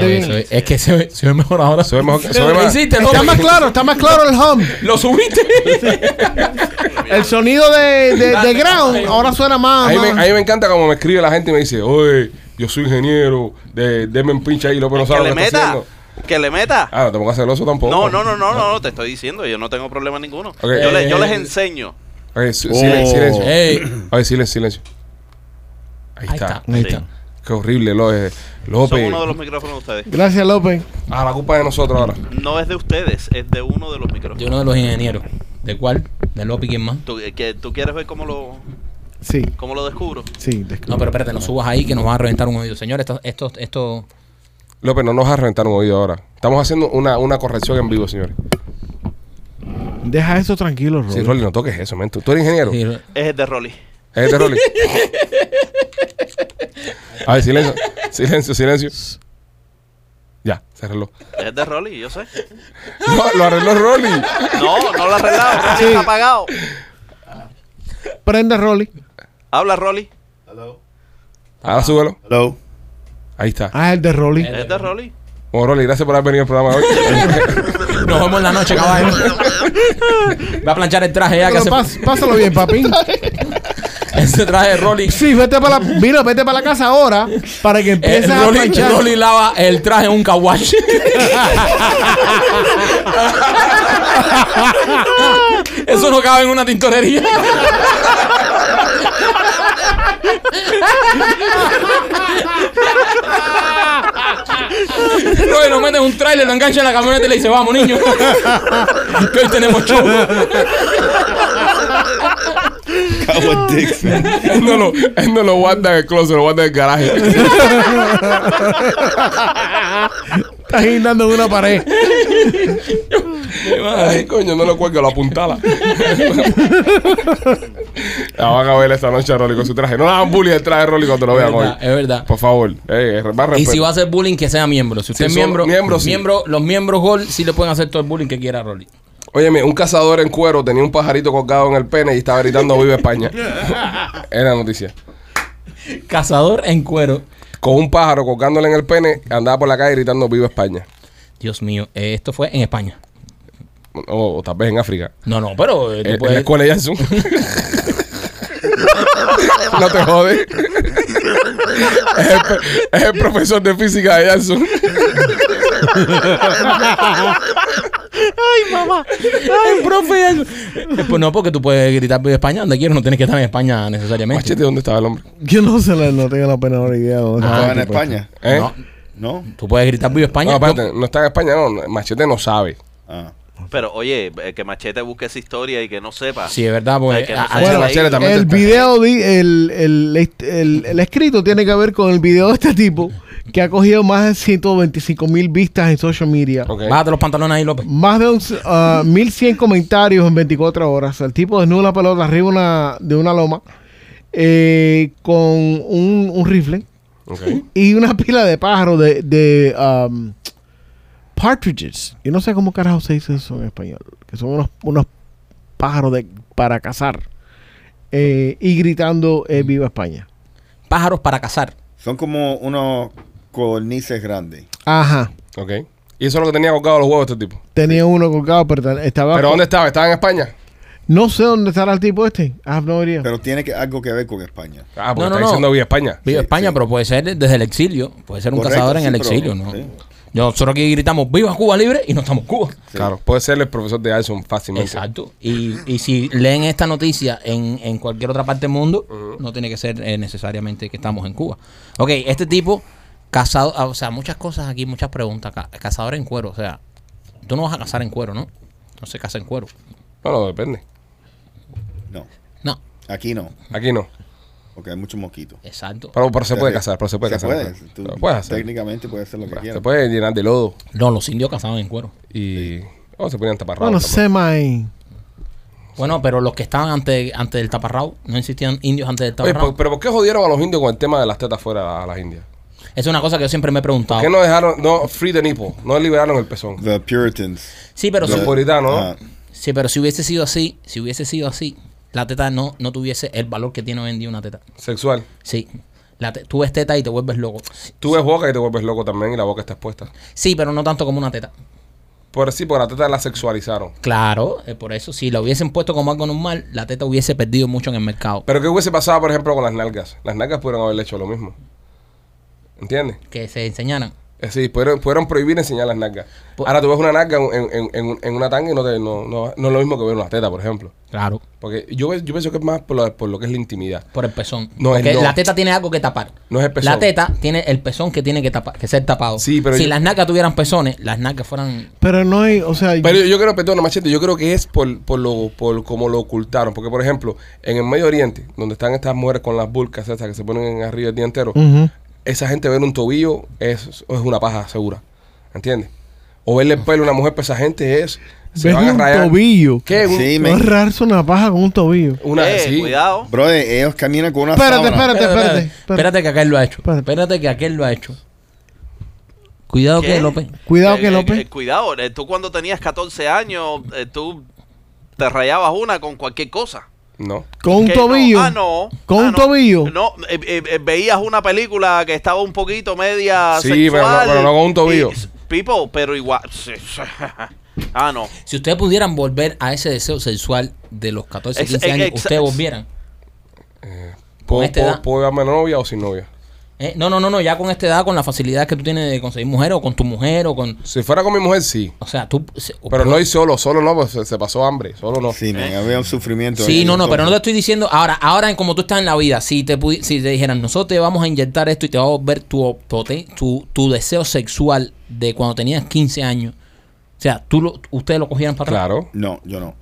Sí, se
bien.
oye, se oye. Es que se ve, se ve mejor ahora.
Se ve mejor que- se ve
¿Lo
más-
hiciste,
Está
López?
más claro, está más claro el hum.
¿Lo subiste?
El sonido de, de, de ground ahora suena más.
A mí, me,
más.
a mí me encanta como me escribe la gente y me dice, oye, yo soy ingeniero, de, deme un pinche ahí, López no
que
sabe
le
lo que está
meta.
haciendo.
Que le meta.
Ah, no te pongas celoso tampoco.
No, no, no, no, no, no, te estoy diciendo, yo no tengo problema ninguno.
Ok.
Yo, le- yo
Eh,
les enseño.
Ok, si-
Oh.
silencio, silencio.
Eh.
Ey.
A ver, silencio, silencio. Ahí,
Ahí
está.
está.
Ahí
Sí.
está.
Qué horrible, López.
Son
López.
uno de los micrófonos de ustedes.
Gracias, López.
Ah, la culpa es de nosotros ahora.
No es de ustedes, es de uno de los micrófonos.
De uno de los ingenieros. ¿De cuál? ¿De López quién más?
¿Tú, eh, que, ¿Tú quieres ver cómo lo,
Sí,
cómo lo descubro?
sí. descu-
No, pero espérate, no subas ahí que nos va a reventar un oído. Señor, esto, esto, esto.
López, no nos vas a reventar un oído ahora. Estamos haciendo una, una corrección en vivo, señores.
Deja eso tranquilo,
Sí,
Rolly.
Rolly, no toques eso, man. ¿Tú, tú eres ingeniero?
Sí,
Es el de Rolly.
Es este Rolly. A ver, silencio. Silencio, silencio. Ya, se arregló.
Es el de Rolly, yo sé.
No, lo arregló Rolly.
No, no lo ha arreglado, Rolly está apagado.
Prende Rolly.
Habla, Rolly.
Ahora súbelo.
Hello.
Ahí está.
Ah, el de Rolly.
¿Es de Rolly?
Bueno, Rolly, gracias por haber venido al programa hoy.
Nos vemos en la noche, caballo. Va a planchar el traje ya que
Pero
hace,
pas- pásalo bien, papi.
ese traje de Rolly.
Sí, vete para la, mira, vete para la casa ahora para que
El
empieces a
Rolly,
planchar.
Rolly lava el traje en un kawash. Eso no cabe en una tintorería. Rolly lo mete en un trailer, lo engancha en la camioneta y le dice, vamos niño. que hoy tenemos show.
Howard Dixon.
él, no lo, él no lo guarda en el closet, lo guarda en el garaje.
Estás guindando en una pared.
Ay, coño, no lo cuelga, lo apuntala. la van a ver esta noche a Rolly con su traje. No le hagan bullying el traje de Rolly cuando lo
Es
vean hoy.
verdad, es verdad.
Por favor, eh, más
Y
respeto.
si va a hacer bullying, que sea miembro. Si usted
Si
es
son
miembro,
miembros, sí.
miembro- los miembros Gol sí le pueden hacer todo el bullying que quiera a Rolly.
Óyeme, un cazador en cuero tenía un pajarito colgado en el pene y estaba gritando Viva España. Era noticia.
Cazador en cuero.
Con un pájaro colgándole en el pene, andaba por la calle gritando Viva España.
Dios mío, eh, esto fue en España.
O, o tal vez en África.
No, no, pero eh, tú
Eh, En la
puedes-
escuela de Jason. no te jodes. Es el, pe- es el profesor de física de Jason.
Ay, profe. ay. Eh, pues no, porque tú puedes gritar por España donde quieras, no tienes que estar en España necesariamente.
Machete, ¿dónde estaba el hombre?
Yo no sé, la- no tengo la pena idea. de dónde está
Estaba
el
en
tipo.
España.
¿Eh? Ah,
No,
No,
No.
tú puedes gritar por España.
aparte, no está en España, no. Machete no sabe.
Ah.
Pero oye, eh, que Machete busque esa historia y que no sepa.
Sí, es verdad,
Ay,
porque
que no
a- a-
sé.
Bueno, Machete Ah, también
El
está-
video, di- el, el, el- el escrito tiene que ver con el video de este tipo que ha cogido más de 125 mil vistas en social media.
Ok.
bájate los pantalones ahí, López.
Más de un, ah, 1100 comentarios en 24 horas. El tipo desnuda la pelota arriba una- de una loma eh, con un, un rifle
Ok.
y una pila de pájaros de, de, um, partridges. Yo no sé cómo carajo se dice eso en español. Que son unos, unos pájaros de, para cazar. Eh, y gritando eh, Viva España.
Pájaros para cazar.
Son como unos cornices grandes.
Ajá.
Ok. Y eso es lo que tenía colgado los huevos este tipo.
Tenía uno colgado, pero ta- estaba.
¿Pero dónde estaba? ¿Estaba en España?
No sé dónde estará el tipo este. I have no idea.
Pero tiene que, algo que ver con España.
Ah, porque
No, no,
está
no.
diciendo Viva España.
Viva
Sí,
España,
sí.
pero puede ser desde el exilio. Puede ser un
Correcto,
cazador en
sí,
el
pero-
exilio, ¿no?
sí.
Yo- Nosotros aquí gritamos, viva Cuba libre y no estamos Cuba.
Claro, puede ser el profesor de Jason fácilmente.
Exacto. Y, y si leen esta noticia en, en cualquier otra parte del mundo, no tiene que ser eh, necesariamente que estamos en Cuba. Ok, este tipo, casado, ah, o sea, muchas cosas aquí, muchas preguntas. Ca- Cazador en cuero, o sea, tú no vas a cazar en cuero, ¿no? No se caza en cuero.
Bueno, depende.
No.
No,
Aquí no.
Aquí no.
Porque hay muchos mosquitos.
exacto.
Pero, pero se puede casar, pero se puede
Se
casar.
puede.
Se
Tú
puede hacer.
Técnicamente puede hacer lo que
Se
quieras.
puede llenar de lodo
No, los indios cazaban en cuero.
y. Oh, se ponían taparrabos.
Bueno,
también.
sé, man.
Bueno, pero los que estaban antes, antes del taparrao, no existían indios antes del
Oye, pues,
taparrao.
¿por- pero ¿por qué jodieron a los indios con el tema de las tetas fuera a las indias?
es una cosa que yo siempre me he preguntado.
pues, ¿Por qué no dejaron, no, free the nipple? No liberaron el pezón.
The Puritans.
Sí, pero
Los
sí.
The-
puritanos, ¿no?
Ah,
Sí, pero si hubiese sido así, si hubiese sido así, la teta no, no tuviese el valor que tiene hoy en día una teta.
Sexual.
Sí. La te- tú ves teta y te vuelves loco.
Tú ves boca y te vuelves loco también y la boca está expuesta.
Sí, pero no tanto como una teta.
Por sí, porque la teta la sexualizaron.
Claro, eh, por eso, si la hubiesen puesto como algo normal, la teta hubiese perdido mucho en el mercado.
Pero ¿qué hubiese pasado, por ejemplo, con las nalgas? Las nalgas pudieron haberle hecho lo mismo. ¿Entiendes?
Que se enseñaran.
Eh, Sí, pudieron, pudieron prohibir enseñar las nalgas.
Po-
Ahora tú ves una nalga en, en- en- en una tanga y no, te- no, no- no es lo mismo que ver una teta, por ejemplo.
Claro.
Porque yo, ve- yo pienso que es más por lo, por lo que es la intimidad.
Por el pezón.
No,
Porque
es no.
la teta tiene algo que tapar.
No es el pezón.
La teta tiene el pezón que tiene que tapar, que ser tapado.
Sí, pero
si
yo-
las nalgas tuvieran pezones, las nalgas fueran.
Pero no hay, o sea,
Pero yo, yo creo, perdona, machete, yo creo que es por, por lo por como lo ocultaron. Porque, por ejemplo, en el Medio Oriente, donde están estas mujeres con las burcas estas que se ponen arriba el día entero,
Ujú.
esa gente ver un tobillo es, es una paja segura. ¿Entiendes? O verle el pelo a una mujer, pues esa gente es. Se
Ves
van a
un
rayar.
tobillo.
¿Qué? Un-
Sí,
No
me.
es rarse una paja con un tobillo.
Una,
Eh,
sí.
cuidado.
Brother, ellos caminan con una
Espérate,
sábana.
espérate, espérate. espérate.
Espérate que aquel lo ha hecho.
Espérate.
Espérate que aquel lo ha hecho. Cuidado
¿Qué?
que López.
Cuidado
Eh,
que
eh,
López.
eh, cuidado, eh, tú cuando tenías 14 años, eh, tú te rayabas una con cualquier cosa.
No.
Con un
Que no,
tobillo.
ah, no.
Con
ah,
un
no.
tobillo.
No, eh, eh, eh, veías una película que estaba un poquito media.
Sí, pero no-
sexual,
pero no con un tobillo.
y- Pipo, pero igual. ah, no.
Si ustedes pudieran volver a ese deseo sexual de los 14,
Ex-
15 años,
ex-
ustedes volvieran.
¿Puedo,
esta
puedo-
edad.
este puedo llevarme novia o sin novia?
Eh, No, no, no, no, ya con esta edad, con la facilidad que tú tienes de conseguir mujer o con tu mujer o con...
Si fuera con mi mujer, sí.
O sea, tú... se-
Pero no y solo, solo no, pues se, se pasó hambre, solo no.
Sí, men, había un sufrimiento.
Sí,
ahí,
no, no, pero no te
entonces.
estoy diciendo ahora, ahora en como tú estás en la vida, si te pudi- si te dijeran, "Nosotros te vamos a inyectar esto y te vamos a ver tu poten- tu, tu deseo sexual de cuando tenías 15 años." O sea, tú lo, ustedes lo cogieran para atrás.
Claro.
No, yo no.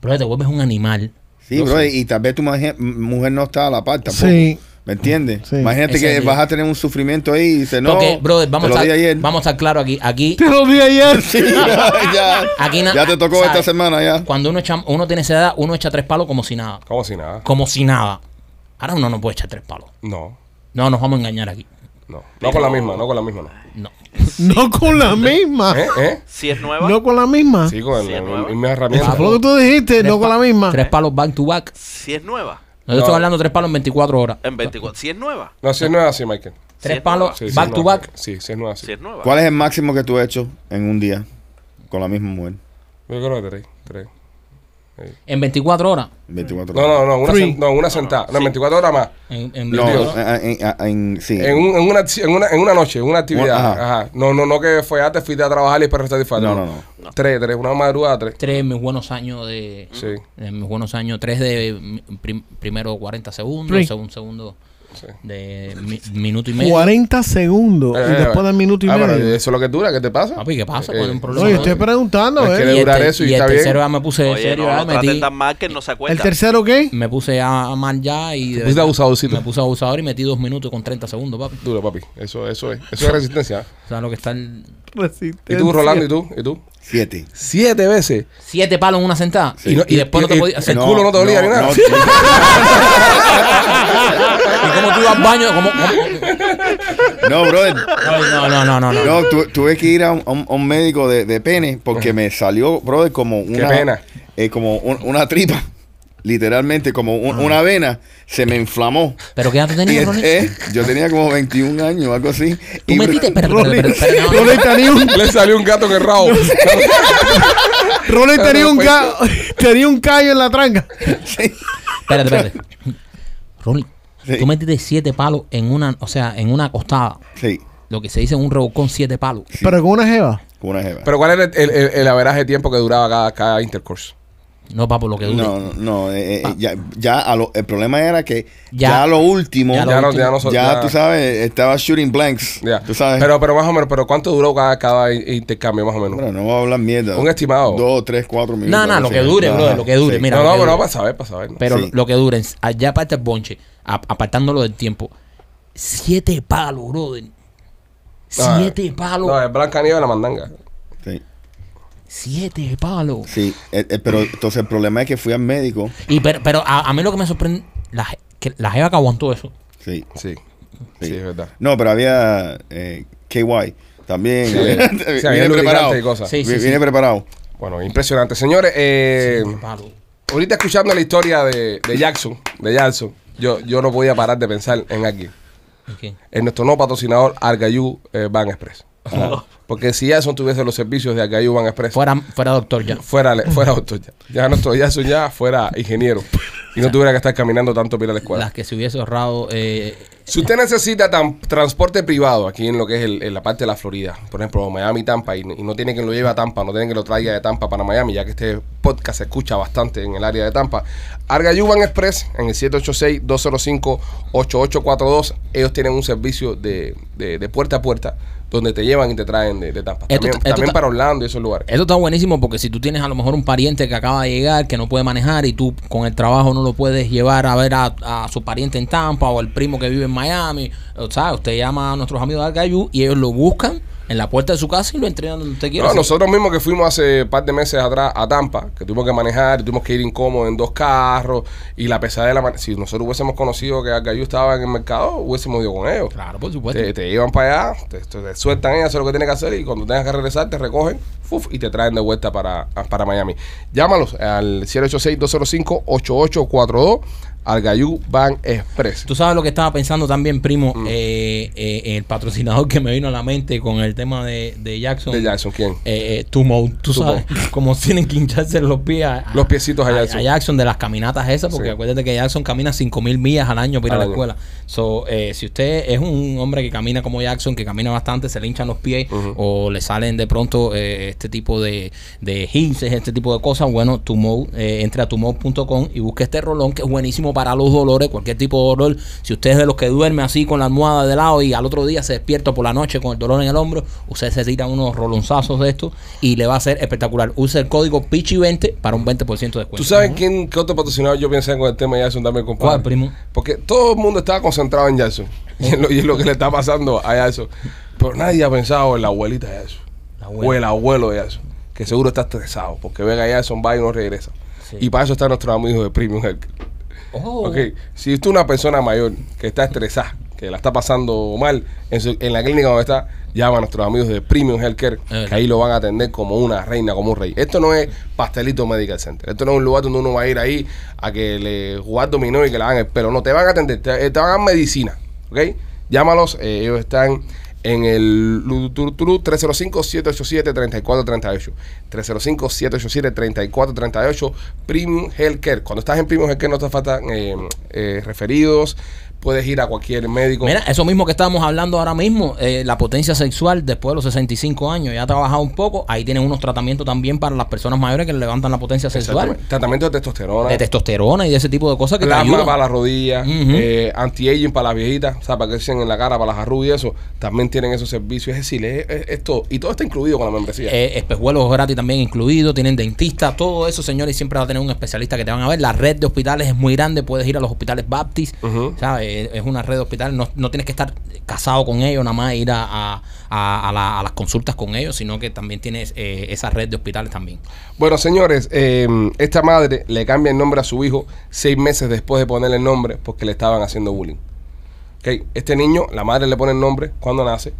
Pero te vuelves un animal.
Sí, bro, y tal vez tu maje- mujer no está a la par tampoco.
Sí.
¿Me entiendes?
Sí.
Imagínate
Ese
que
es mi-
vas a tener un sufrimiento ahí y dices, no,
Porque, brother, vamos
te
a
lo di
estar,
ayer.
vamos a estar claro aquí, aquí
Te lo di ayer.
Sí, ya,
Aquí na-
ya te tocó
¿sabes?
esta semana ya.
cuando uno echa- uno tiene esa edad, uno echa tres palos como si nada,
Como si nada.
como si nada. Ahora uno no puede echar tres palos.
No,
No, nos vamos a engañar aquí.
no. No con la misma, no con la misma, no.
No.
No con la misma.
¿Eh? ¿Eh?
Si es nueva.
No con la misma.
Sí, con
Sí,
la
nueva.
misma herramienta.
Fue lo que tú dijiste, no con la misma.
Tres palos back to back.
Si es nueva.
No, yo estoy hablando de tres palos en 24 horas.
Em,
En 24. Si es nueva.
No, si es nueva, sí, Michael.
Tres
Sí,
palos
Sí, sí,
back
es
to
nueva.
back.
Sí, sí es nueva, sí.
Si es nueva.
¿Cuál es el máximo que tú has hecho en un día con la misma mujer?
Yo creo que tres, tres.
En 24 horas.
24
No, no, no, una,
Three.
sen- no, una sentada. No, 24 horas más.
En, en
No,
24 horas.
en, en- en- sí.
En, un- en una, acci- en, una, en una noche, en una actividad.
Ajá.
Ajá. No, no, no que follaste, fuiste a trabajar y después restatifar.
No, no,
no. Tres, tres, una madrugada, tres.
Tres mis buenos años de.
Sí.
de mis buenos años. Tres de mi- prim- primero 40 segundos,
Three.
segundo segundo
Sí.
de mi- minuto y medio.
40 segundos
Eh,
y después del minuto y
ah, pero
medio.
eso es lo que dura, ¿qué te pasa?
Papi, ¿qué pasa?
Eh,
¿Cuál es el problema?
Oye, este- estoy preguntando,
Es que
¿eh?
le-
y el,
durar
ter-
eso y
y el
está bien.
tercero ya me puse
Oye,
serio,
no,
ya
no
me
traten
metí,
tan mal que no se acuerda.
¿El tercero qué?
me puse a mal ya y de
pusiste
verdad,
abusadorcito.
me puse abusador y metí dos minutos con 30 segundos, papi.
Duro, papi. Eso, eso es. Eso es resistencia.
O sea, lo que está el-
¿Y tú, Rolando? ¿Y tú? ¿Y tú?
Siete.
Siete veces.
siete palos en una sentada
Sí.
y, no- y
Y-
después no
y-
te podías
el culo no te dolía ni nada.
no, sí.
¿Y cómo tú ibas al baño? ¿Cómo- cómo-
No, brother.
No, no, no, no, no.
No, tu- tuve que ir a un, a un- a un médico de, de pene porque me salió, brother, como una.
pena.
eh, como un- una tripa. Literalmente, como un- una vena. Se me inflamó.
¿Pero qué edad tú
Y
tenías,
es-
Rolly?
eh, yo tenía como 21 años, algo así.
Tú
Y-
metiste... Pero, pero,
Rolly,
pero, pero, no, no,
Rolly tenía un,
Le salió un gato en el rabo.
Rolly tenía un,
pues,
ca- tenía un callo en la tranca.
espérate, espérate. Rolly,
Sí.
tú metiste siete palos en una, o sea, en una acostada.
Sí,
Lo que se dice en un rebocón, siete palos.
Pero con una jeva.
con una jeva.
Pero ¿cuál era el, el, el, el averaje de tiempo que duraba cada, cada intercourse?
No, papo, lo que dure.
No, no, no, eh, eh, ya, ya a lo- el problema era que
Ah. Ya.
ya, a lo último,
Ya
ya,
lo
Ya no,
último.
ya no so- ya-
tú sabes, estaba shooting blanks.
ya.
Tú sabes.
Pero, pero más o menos, pero ¿cuánto duró cada, cada in- intercambio más o menos?
Bueno, no voy a hablar mierda.
Un estimado.
Dos, tres, cuatro minutos.
No, no, lo
así.
que dure, brother, lo que dure, mira.
no,
lo
no,
que
pero no,
dure.
para saber, para saber. ¿no?
Pero
Sí.
lo que ah, duren, allá aparte el este bonche, a- apartándolo del tiempo. Siete palos, brother. Siete palos.
No, es Blanca Nieve la mandanga.
Sí,
Siete palos.
sí. Eh, eh, pero entonces el problema es que fui al médico.
Y pero, pero a, a mí lo que me sorprende, la, je- que la jeva que aguantó eso.
Sí.
Sí. Sí,
Sí.
es verdad.
No, pero había eh, KY también.
Sí,
Había-
sí, había
viene
lubricante
preparado.
y cosas.
Sí, sí,
Vi-
sí.
viene preparado.
Bueno, impresionante. Señores, eh,
Siete palos.
ahorita escuchando la historia de, de Jackson, de Jackson, yo, yo no podía parar de pensar en alguien.
Ok.
en nuestro no patrocinador Argayú eh, Van Express. Porque si Jason tuviese los servicios de Argayú Van Express, fuera,
Fuera, fuera doctor ya.
fuera, fuera doctor ya. Ya nuestro Jason ya fuera ingeniero y no tuviera que estar caminando tanto para ir a la escuela.
Las que se hubiese ahorrado. eh,
Si usted necesita tan- transporte privado aquí en lo que es el- en la parte de la Florida, por ejemplo, Miami, Tampa, y, y no tiene que lo lleve a Tampa, no tiene que lo traiga de Tampa para Miami, ya que este podcast se escucha bastante en el área de Tampa, Argayuban Express en el 786-205-8842, ellos tienen un servicio de, de- de puerta a puerta donde te llevan y te traen de, de Tampa.
Esto
también
ta- esto
también
ta-
para Orlando y esos lugares.
esto está buenísimo porque si tú tienes a lo mejor un pariente que acaba de llegar, que no puede manejar y tú con el trabajo no lo puedes llevar a ver a, a su pariente en Tampa o al primo que vive en Miami, o sea, usted llama a nuestros amigos de Argayú y ellos lo buscan en la puerta de su casa y lo entrenan donde usted quiera.
No, nosotros mismos que fuimos hace un par de meses atrás a Tampa, que tuvimos que manejar, tuvimos que ir incómodos en dos carros y la pesadera. man- Si nosotros hubiésemos conocido que Argayú estaba en el mercado, hubiésemos ido con ellos.
Claro, pues, por supuesto.
Te, te llevan para allá, te, te- te sueltan ella, hacer lo que tiene que hacer y cuando tengas que regresar te recogen fuf, y te traen de vuelta para, para Miami. Llámalos al 786-205-8842 al Gayú Bank Express.
Tú sabes lo que estaba pensando también, primo,
Mm.
eh, eh, el patrocinador que me vino a la mente con el tema de, de Jackson.
De Jackson, ¿quién?
Eh, eh, Tumo, tú
Tumo.
sabes, como tienen que hincharse los pies a,
Los piecitos a Jackson.
de las caminatas esas, porque
Sí.
acuérdate que Jackson camina 5000 millas al año para ir
Al
a la
año.
escuela. So, eh, si usted es un hombre que camina como Jackson, que camina bastante, se le hinchan los pies
Ujú.
o le salen de pronto eh, este tipo de, de hinches, este tipo de cosas, bueno, Tumo, eh, entre a tumo.com y busque este rolón que es buenísimo para los dolores, cualquier tipo de dolor. Si usted es de los que duerme así con la almohada de lado y al otro día se despierta por la noche con el dolor en el hombro, usted se tira unos rolonzazos de estos y le va a ser espectacular. Use el código PICHI20 para un 20% de descuento.
¿Tú sabes quién, qué otro patrocinador yo pensé con el tema de Jackson también, compadre?
¿Cuál, primo? Oh.
Porque todo el mundo estaba concentrado en Jackson. Y es lo, y en lo que le está pasando a Jackson. Pero nadie ha pensado en la abuelita de Jackson.
La abuela.
O el abuelo de Jackson. Que seguro está estresado. Porque ve que Jackson va y no regresa.
Sí.
Y para eso está nuestro amigo de Premium Health.
Oh.
Ok, si usted es una persona mayor que está estresada, que la está pasando mal en, su- en la clínica donde está, llama a nuestros amigos de Premium Healthcare,
verdad.
que ahí lo van a atender como una reina, como un rey. Esto no es pastelito medical center, esto no es un lugar donde uno va a ir ahí a que le jugar dominó y que le hagan el pelo. No, te van a atender, te, te van a dar medicina, ¿ok? Llámalos, eh, ellos están en el 305-787-3438. 305-787-3438. Premium Healthcare. Cuando estás en Premium Healthcare no te faltan eh, eh, referidos. Puedes ir a cualquier médico.
Mira, eso mismo que estábamos hablando ahora mismo, eh, la potencia sexual después de los 65 años, ya ha trabajado un poco, ahí tienen unos tratamientos también para las personas mayores que le levantan la potencia
Exactamente.
sexual,
Tratamiento de testosterona.
de testosterona y de ese tipo de cosas que te
Plasma
ayudan.
para las rodillas,
Ujú.
eh, anti-aging para las viejitas, o sea, para que sean en la cara, para las arrugas y eso, también tienen esos servicios. Es decir, es, es- es todo. Y todo está incluido con la membresía.
Eh, espejuelos gratis también incluidos, tienen dentista, todo eso, señores, y siempre va a tener un especialista que te van a ver. La red de hospitales es muy grande, puedes ir a los hospitales Baptist,
Ujú.
¿sabes? Eh, Es una red de hospitales, no, no tienes que estar casado con ellos, nada más ir a, a- a- a la- a las consultas con ellos, sino que también tienes eh, esa red de hospitales también.
Bueno, señores, eh, esta madre le cambia el nombre a su hijo seis meses después de ponerle el nombre porque le estaban haciendo bullying. Ok, Este niño, la madre le pone el nombre cuando nace,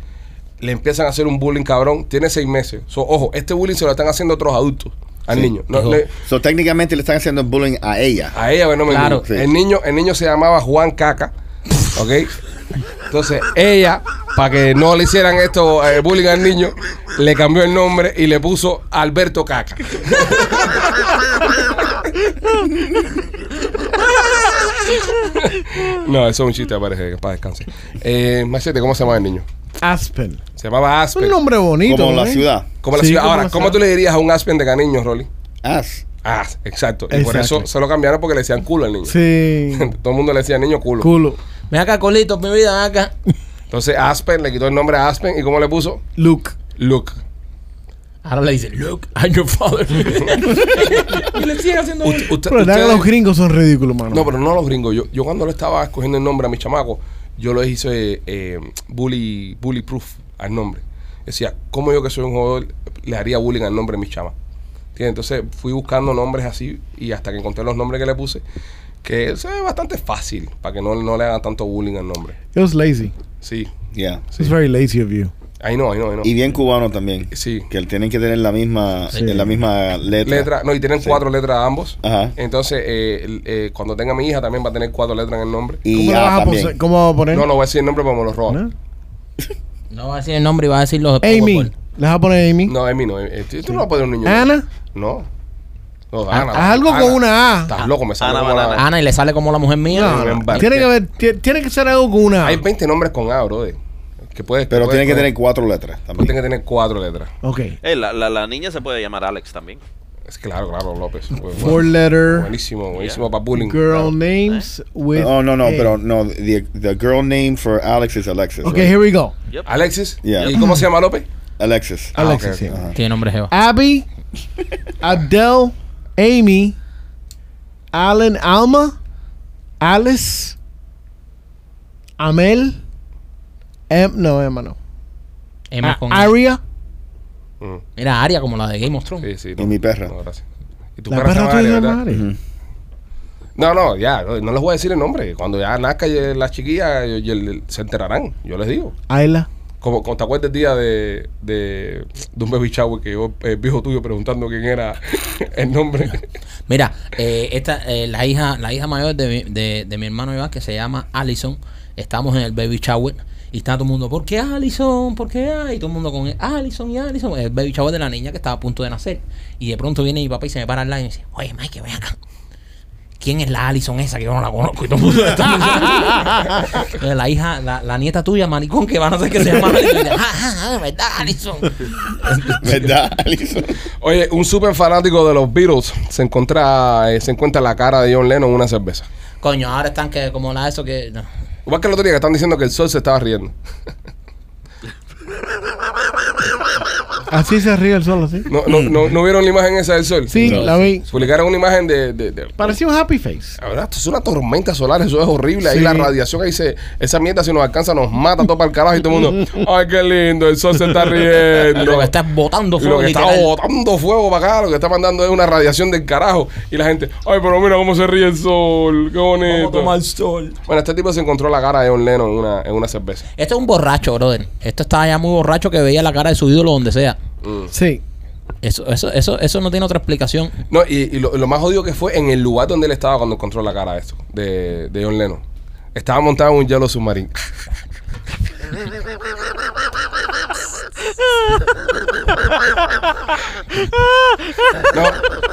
le empiezan a hacer un bullying cabrón, tiene seis meses. So, ojo, este bullying se lo están haciendo otros adultos al
Sí,
niño. No,
hijo.
le-
So, técnicamente le están haciendo bullying a ella.
a ella, bueno, me
Claro.
niño. El, niño, el niño se llamaba Juan Caca. ¿Ok? Entonces, ella, para que no le hicieran esto eh, bullying al niño, le cambió el nombre y le puso Alberto Caca. No, eso es un chiste, parece que para descanse. Eh, Machete, ¿cómo se llamaba el niño?
Aspen.
Se llamaba Aspen.
Un nombre bonito.
Como la
¿eh?
ciudad.
Como la
Sí,
ciudad.
como
Ahora,
la
¿cómo
ciudad.
tú le dirías a un Aspen de caniño, Rolly?
As.
Ah, exacto. Y por
Exacto.
eso se lo cambiaron porque le decían culo al niño.
Sí.
Todo el mundo le decía niño culo.
Culo.
Ven acá, Colito, mi vida, ven acá.
Entonces Aspen le quitó el nombre a Aspen y ¿cómo le puso?
Luke.
Luke.
Ahora le dicen, look, I'm your father. y le siguen haciendo bullying.
Ut- usted-
Pero nada,
ustedes-
los gringos son ridículos, mano.
no, pero no los gringos. Yo, yo cuando le estaba escogiendo el nombre a mis chamacos, yo lo hice eh, bully, bully proof al nombre. Decía, ¿cómo yo que soy un jugador le haría bullying al nombre de mis chamas? ¿Entiendes? Entonces fui buscando nombres así y hasta que encontré los nombres que le puse, que eso es bastante fácil para que no, no le hagan tanto bullying al nombre.
It was lazy.
Sí,
Yeah.
It's very lazy of you.
ahí no, ahí no, ahí no.
Y bien cubano también.
Sí.
Que tienen que tener la misma,
Sí.
la misma letra.
letra, no, y tienen
Sí.
cuatro letras ambos.
Ajá.
Entonces, eh, el- eh, cuando tenga mi hija también va a tener cuatro letras en el nombre.
Y
¿Cómo, lo
A
vas a
también.
pose- ¿Cómo vas a poner?
No, no voy a decir el nombre porque me lo roban.
¿No?
No va a decir el nombre y va a decir los de
Amy.
PowerPoint.
¿Le vas a poner Amy?
No, Emi no. eh, tú tú no vas a poner un niño.
Ana.
No. No,
Ah,
Ana.
haz algo con una A.
Estás loco, me sale
Ana
como
Banana.
la-
pues. Ana, y le sale como la mujer mía.
No,
no, no.
Tiene que haber, ti- tiene que ser algo con una A.
Hay 20 nombres con A, brother. Que puedes,
Pero
puedes
tienen que
poner-
tener cuatro letras
pues
también.
tienen que tener cuatro letras.
Ok.
Eh, la, la- la niña se puede llamar Alex también.
Es claro, claro, López.
Four
Bueno,
letter
Buenísimo, buenísimo para bullying.
girl names with.
Oh, no, no,
A.
pero no. The, the girl name for Alex is Alexis.
Eh. Ok,
right?
here we go.
Yep.
Ah, Alexis.
Yeah.
¿Y cómo se llama López?
Alexis.
Ah,
Alexis,
ok,
sí.
ok.
Ajá.
Tiene nombre Jeva.
Abby, Abdel, Amy, Alan, Alma, Alice, Amel, Em, no, Emma no.
Emma
A-
con-
Aria,
Mm.
Mira, Aria como la de Game of Thrones.
Sí, sí.
Y mi perra.
No, gracias. Y tu
la perra
Tamara,
tuya,
¿verdad?
madre.
No, no, ya, no, no les voy a decir el nombre. Cuando ya nazca y- eh, las chiquillas y- y el- se enterarán, yo les digo.
Ayla.
Como, como te acuerdas el día de, de, de un baby shower que yo, el viejo tuyo, preguntando quién era el nombre.
Mira, eh, esta, eh, la hija, la hija mayor de mi, de, de mi hermano Iván, que se llama Allison, estamos en el baby shower y está todo el mundo, ¿por qué Allison? ¿Por qué? ah?" Y todo el mundo con Allison y Allison, el baby shower de la niña que estaba a punto de nacer. Y de pronto viene mi papá y se me para al lado y me dice, oye Mike, ven acá. ¿Quién es la Allison esa que yo no la conozco? Y todo el mundo está Eh, La hija, la, la nieta tuya, maricón, que van a hacer que se llama Allison. Y yo, "Ah, ah, ah, ¿Verdad, Allison?
¿Verdad, Alison?
Oye, un súper fanático de los Beatles se encuentra, eh, se encuentra la cara de John Lennon en una cerveza.
Coño, ahora están que como la de eso que... no.
Igual que el otro día que están diciendo que el sol se estaba riendo.
Así se ríe el sol, así.
¿No, no, no, ¿no vieron la imagen esa del sol?
Sí, la vi.
Publicaron una imagen de... de- de-
Parecía un happy face.
La verdad, esto es una tormenta solar, eso es horrible. Ahí
Sí.
la radiación, ahí se, esa mierda si nos alcanza nos mata todo para el carajo y todo el mundo, ay, qué lindo, el sol se está riendo.
Lo que está botando fuego,
Lo que está
literal.
botando fuego para acá, lo que está mandando es una radiación del carajo. Y la gente, ay, pero mira cómo se ríe el sol, qué bonito.
sol.
Bueno, este tipo se encontró la cara de John Lennon en una, en una cerveza.
Esto es un borracho, brother. Esto estaba ya muy borracho que veía la cara de su ídolo donde sea.
Sí.
Eso, eso, eso, eso no tiene otra explicación.
No, y, y lo, lo más jodido que fue en el lugar donde él estaba cuando encontró la cara de esto, de, de John Lennon. Estaba montado en un Yellow Submarine.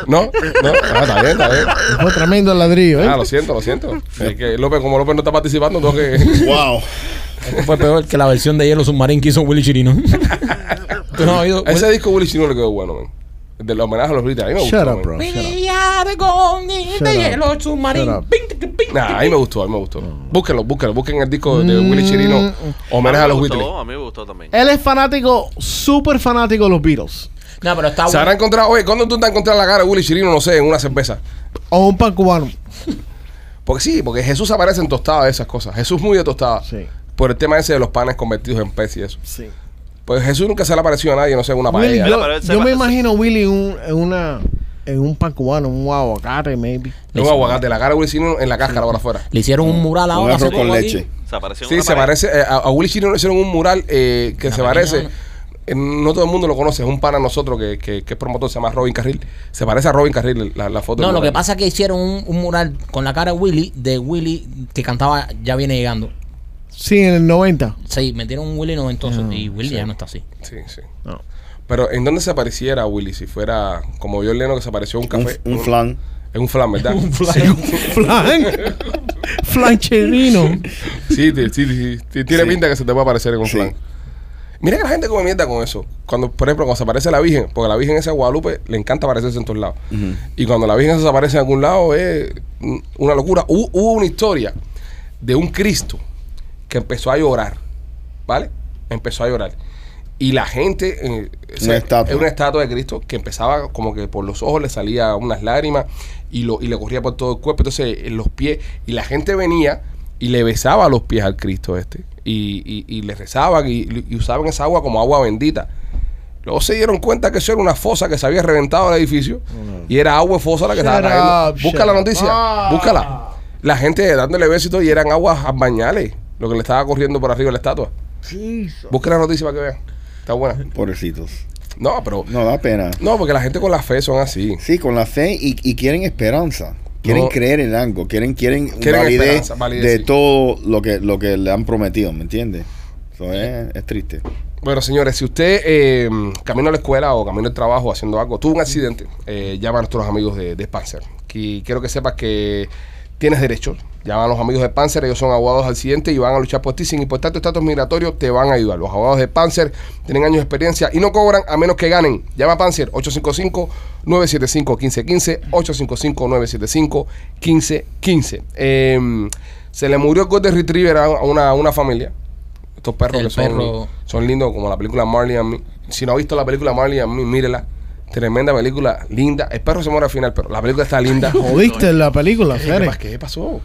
No, no, no. Ah, está bien, está bien.
Fue tremendo el ladrillo, ¿eh?
Ah, lo siento, lo siento. Es que López, como López no está participando, tengo que.
Wow.
Esto fue peor que la versión de Hielo Submarine que hizo Willy Chirino. ¿Tú no has oído?
A Ese disco Willy Chino le quedó bueno, man. El del homenaje a los Beatles. A mí me gustó.
Shut
man.
up, bro. shut up. Shut
de
up.
Hielo Submarine.
Shut up.
Ping, tic, ping.
Nah, a mí me gustó, a mí me gustó. Búsquenlo, búsquenlo, busquen el disco de Willy
Mm,
Chirino, homenaje a
mí
los
me
Beatles.
gustó, a mí me gustó también.
Él es fanático, súper fanático de los Beatles.
No, pero está
Se
Ah, bueno.
habrá encontrado, oye, ¿cuándo tú te has encontrado la cara de Willy Chirino? No sé, en una cerveza.
O un pan cubano.
Porque sí, porque Jesús aparece en tostadas esas cosas. Jesús muy de tostada.
Sí.
Por el tema ese de los panes convertidos en pez y eso.
Sí.
Pues Jesús nunca se le ha parecido a nadie, no sé, en una
Willy,
paella.
Mira,
yo,
pero él se
yo
va-
me imagino a Willy un- en una en un pan cubano, un aguacate, maybe.
No, un aguacate, la cara de Willy Chirino en la cáscara por afuera.
Le hicieron un mural
Un
ahora. hace
arroz con
poco aquí.
leche.
Se apareció en
Sí,
una
se
pared.
parece, eh, a, a Willy Chirino le hicieron un mural eh, que se parece. eh, No todo el mundo lo conoce, es un pana nosotros que, que, que es promotor, se llama Robin Carril. Se parece a Robin Carril la, la foto.
No,
del
lo que
mural.
pasa es que hicieron un, un mural con la cara de Willy, de Willy que cantaba Ya viene llegando.
Sí, en el 90.
Sí, metieron un Willy noventoso y Willy ya no está así.
Sí, sí.
No.
Pero ¿en dónde se apareciera Willy? Si fuera como yo Leno que se apareció en un
Un,
café.
un flan.
En un flan, ¿verdad? un flan.
Flan. Flancherino.
Sí, sí, sí, sí, sí. Tiene
Sí.
pinta que se te va a aparecer en un
Sí.
flan. Mira que la gente come mierda con eso. Cuando, por ejemplo, cuando se aparece la Virgen, porque la Virgen esa de Guadalupe le encanta aparecerse en todos lados. Y cuando la Virgen se desaparece en algún lado es mm, una locura. Hubo, hubo una historia de un Cristo que empezó a llorar, ¿vale? Empezó a llorar. Y la gente... eh,
Una estatua.
es una estatua de Cristo que empezaba como que por los ojos le salía unas lágrimas y, lo, y le corría por todo el cuerpo, entonces en los pies. Y la gente venía y le besaba los pies al Cristo este. Y, y- y le rezaban y, y usaban esa agua como agua bendita. Luego se dieron cuenta que eso era una fosa que se había reventado el edificio y era agua de fosa la que
Shut
estaba cayendo.
up,
Busca
shut
la
up. Ah.
noticia, búscala. La gente dándole besos y todo, y eran aguas a bañales, lo que le estaba corriendo por arriba de la estatua. Busca la noticia para que vean. Está buena.
Pobrecitos.
No, pero
No da pena.
no, porque la gente con la fe son así.
Sí, con la fe y, y quieren esperanza. Quieren
No.
creer en algo. Quieren, quieren,
Quieren
validez,
esperanza, validez,
de
sí.
todo lo que, lo que le han prometido, ¿me entiendes? Eso es, es triste.
Bueno, señores, si usted eh, camino a la escuela o camino al trabajo haciendo algo, tuvo un accidente, eh, llama a nuestros amigos de, de Spancer. Y quiero que sepas que tienes derechos. Llama a los amigos de Panzer, ellos son abogados de accidente y van a luchar por ti. Sin importar tu estatus migratorio, te van a ayudar. Los abogados de Panzer tienen años de experiencia y no cobran a menos que ganen. Llama a Panzer 855-975-1515, 855-975-1515. Eh, se le murió el Golden Retriever a una, a una familia. Estos perros
El
que son,
perro.
son lindos, como la película Marley and Me. Si no ha visto la película Marley and Me, mírela. Tremenda película, linda. El perro se muere al final, pero la película está linda.
Jodiste la película,
¿Qué
Fere.
pas- ¿Qué pasó?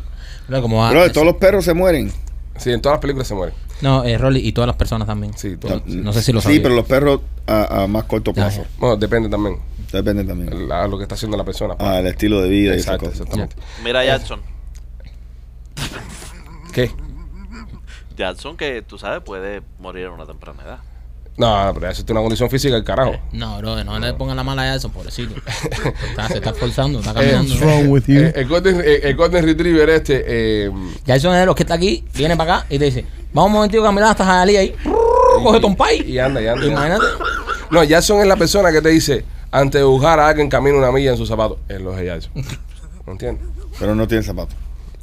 Mira cómo va-
Pero todos los perros se mueren.
Sí, en todas las películas se muere.
No, eh, Rolly, y todas las personas también.
Sí, todo.
No,
No sé si lo
Sí,
sabía.
pero los perros a, a más corto plazo.
Bueno, depende también.
Depende también.
la- lo que está haciendo la persona. pues.
Ah, el estilo de vida
Exacto,
y esas cosas.
exactamente.
Mira a Jackson.
¿Qué?
Jackson que tú sabes puede morir a una temprana edad.
No, pero eso es una condición física el carajo.
No, bro, no le pongan la mala a eso, pobrecito. Está- se está forzando, está
What's
cambiando.
wrong with you?
Eh, el, golden, eh, el Golden Retriever este, eh,
Jason es de los que está aquí, viene para acá y te dice, vamos un momentito a caminar hasta Jalí ahí. Coge Tompay.
y anda, y anda. y anda.
Imagínate.
No, Jackson es la persona que te dice, antes de dibujar a alguien camina una milla en sus zapatos. Es lo de Jackson. ¿No entiendes?
Pero no tiene zapatos.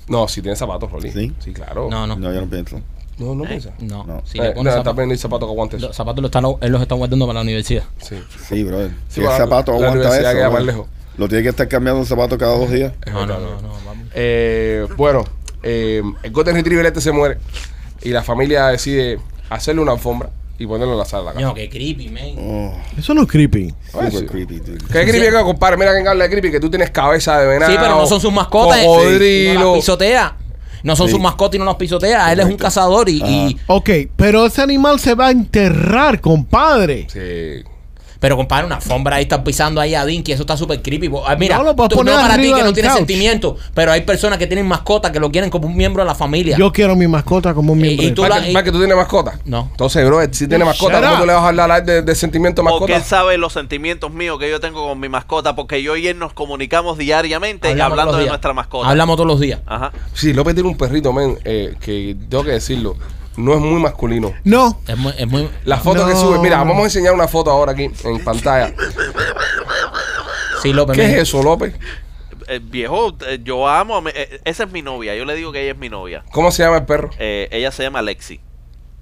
No, si tiene zapatos, Rolly.
¿Sí?
Sí, claro.
No,
No,
no.
No, yo no pienso.
no, piensa.
No,
No.
si
Eh,
le pones
no, está
zapatos,
poniendo el zapato que aguante eso.
los zapatos los está, él los está guardando para la universidad.
Sí.
Sí, brother. Si el
bueno,
zapato
la
aguanta
universidad
eso.
queda más
brother.
lejos.
Lo tiene que estar cambiando el zapato cada dos días.
Es
No,
otra
no, no,
cosa.
no, vamos.
Eh, bueno, eh, el Golden Retriever este se muere y la familia decide hacerle una alfombra y ponerlo en la sala de la casa.
No, qué creepy, man.
Oh,
Eso no es creepy.
Oye,
super
sí.
creepy, dude.
¿Qué creepy que compadre? Mira que habla de creepy que tú tienes cabeza de venado.
Sí, pero no son sus mascotas. eh. y No
Cocodrilo.
las pisotea. No son
Sí.
sus mascotas y no las pisotea. Él es un
Correcto.
cazador y, y-
Ok, pero ese animal se va a enterrar, compadre.
Sí.
Pero compadre, una alfombra ahí está pisando ahí a Dinky. Eso está súper creepy. Bo- ah, Mira,
No lo puedes
tú-
poner
no para ti
arriba
que no
del
tiene
couch.
sentimiento. Pero hay personas que tienen mascotas que lo quieren como un miembro de la familia.
Yo quiero mi mascota como un
Y-
miembro.
y
de-
tú- la-
Más que, más que tú tienes mascota.
No.
Entonces, bro, si tienes mascota,
Shut
¿cómo tú
up.
le vas a hablar de, de sentimiento a
Porque
mascota?
él sabe los sentimientos míos que yo tengo con mi mascota, porque yo y él nos comunicamos diariamente
Hablamos todos
hablando
los
de
días.
nuestra mascota.
Hablamos todos los días.
Ajá.
Sí, López tiene un perrito, men, eh, que tengo que decirlo, no es muy masculino.
No,
Es muy, es muy-
Las fotos que
No.
sube, mira, vamos a enseñar una foto ahora aquí en pantalla.
Sí, López.
¿Qué
men.
es eso, López?
Eh, viejo, eh, yo amo. a mi- eh, esa es mi novia. Yo le digo que ella es mi novia.
¿Cómo se llama el perro?
Eh, ella se llama Lexi.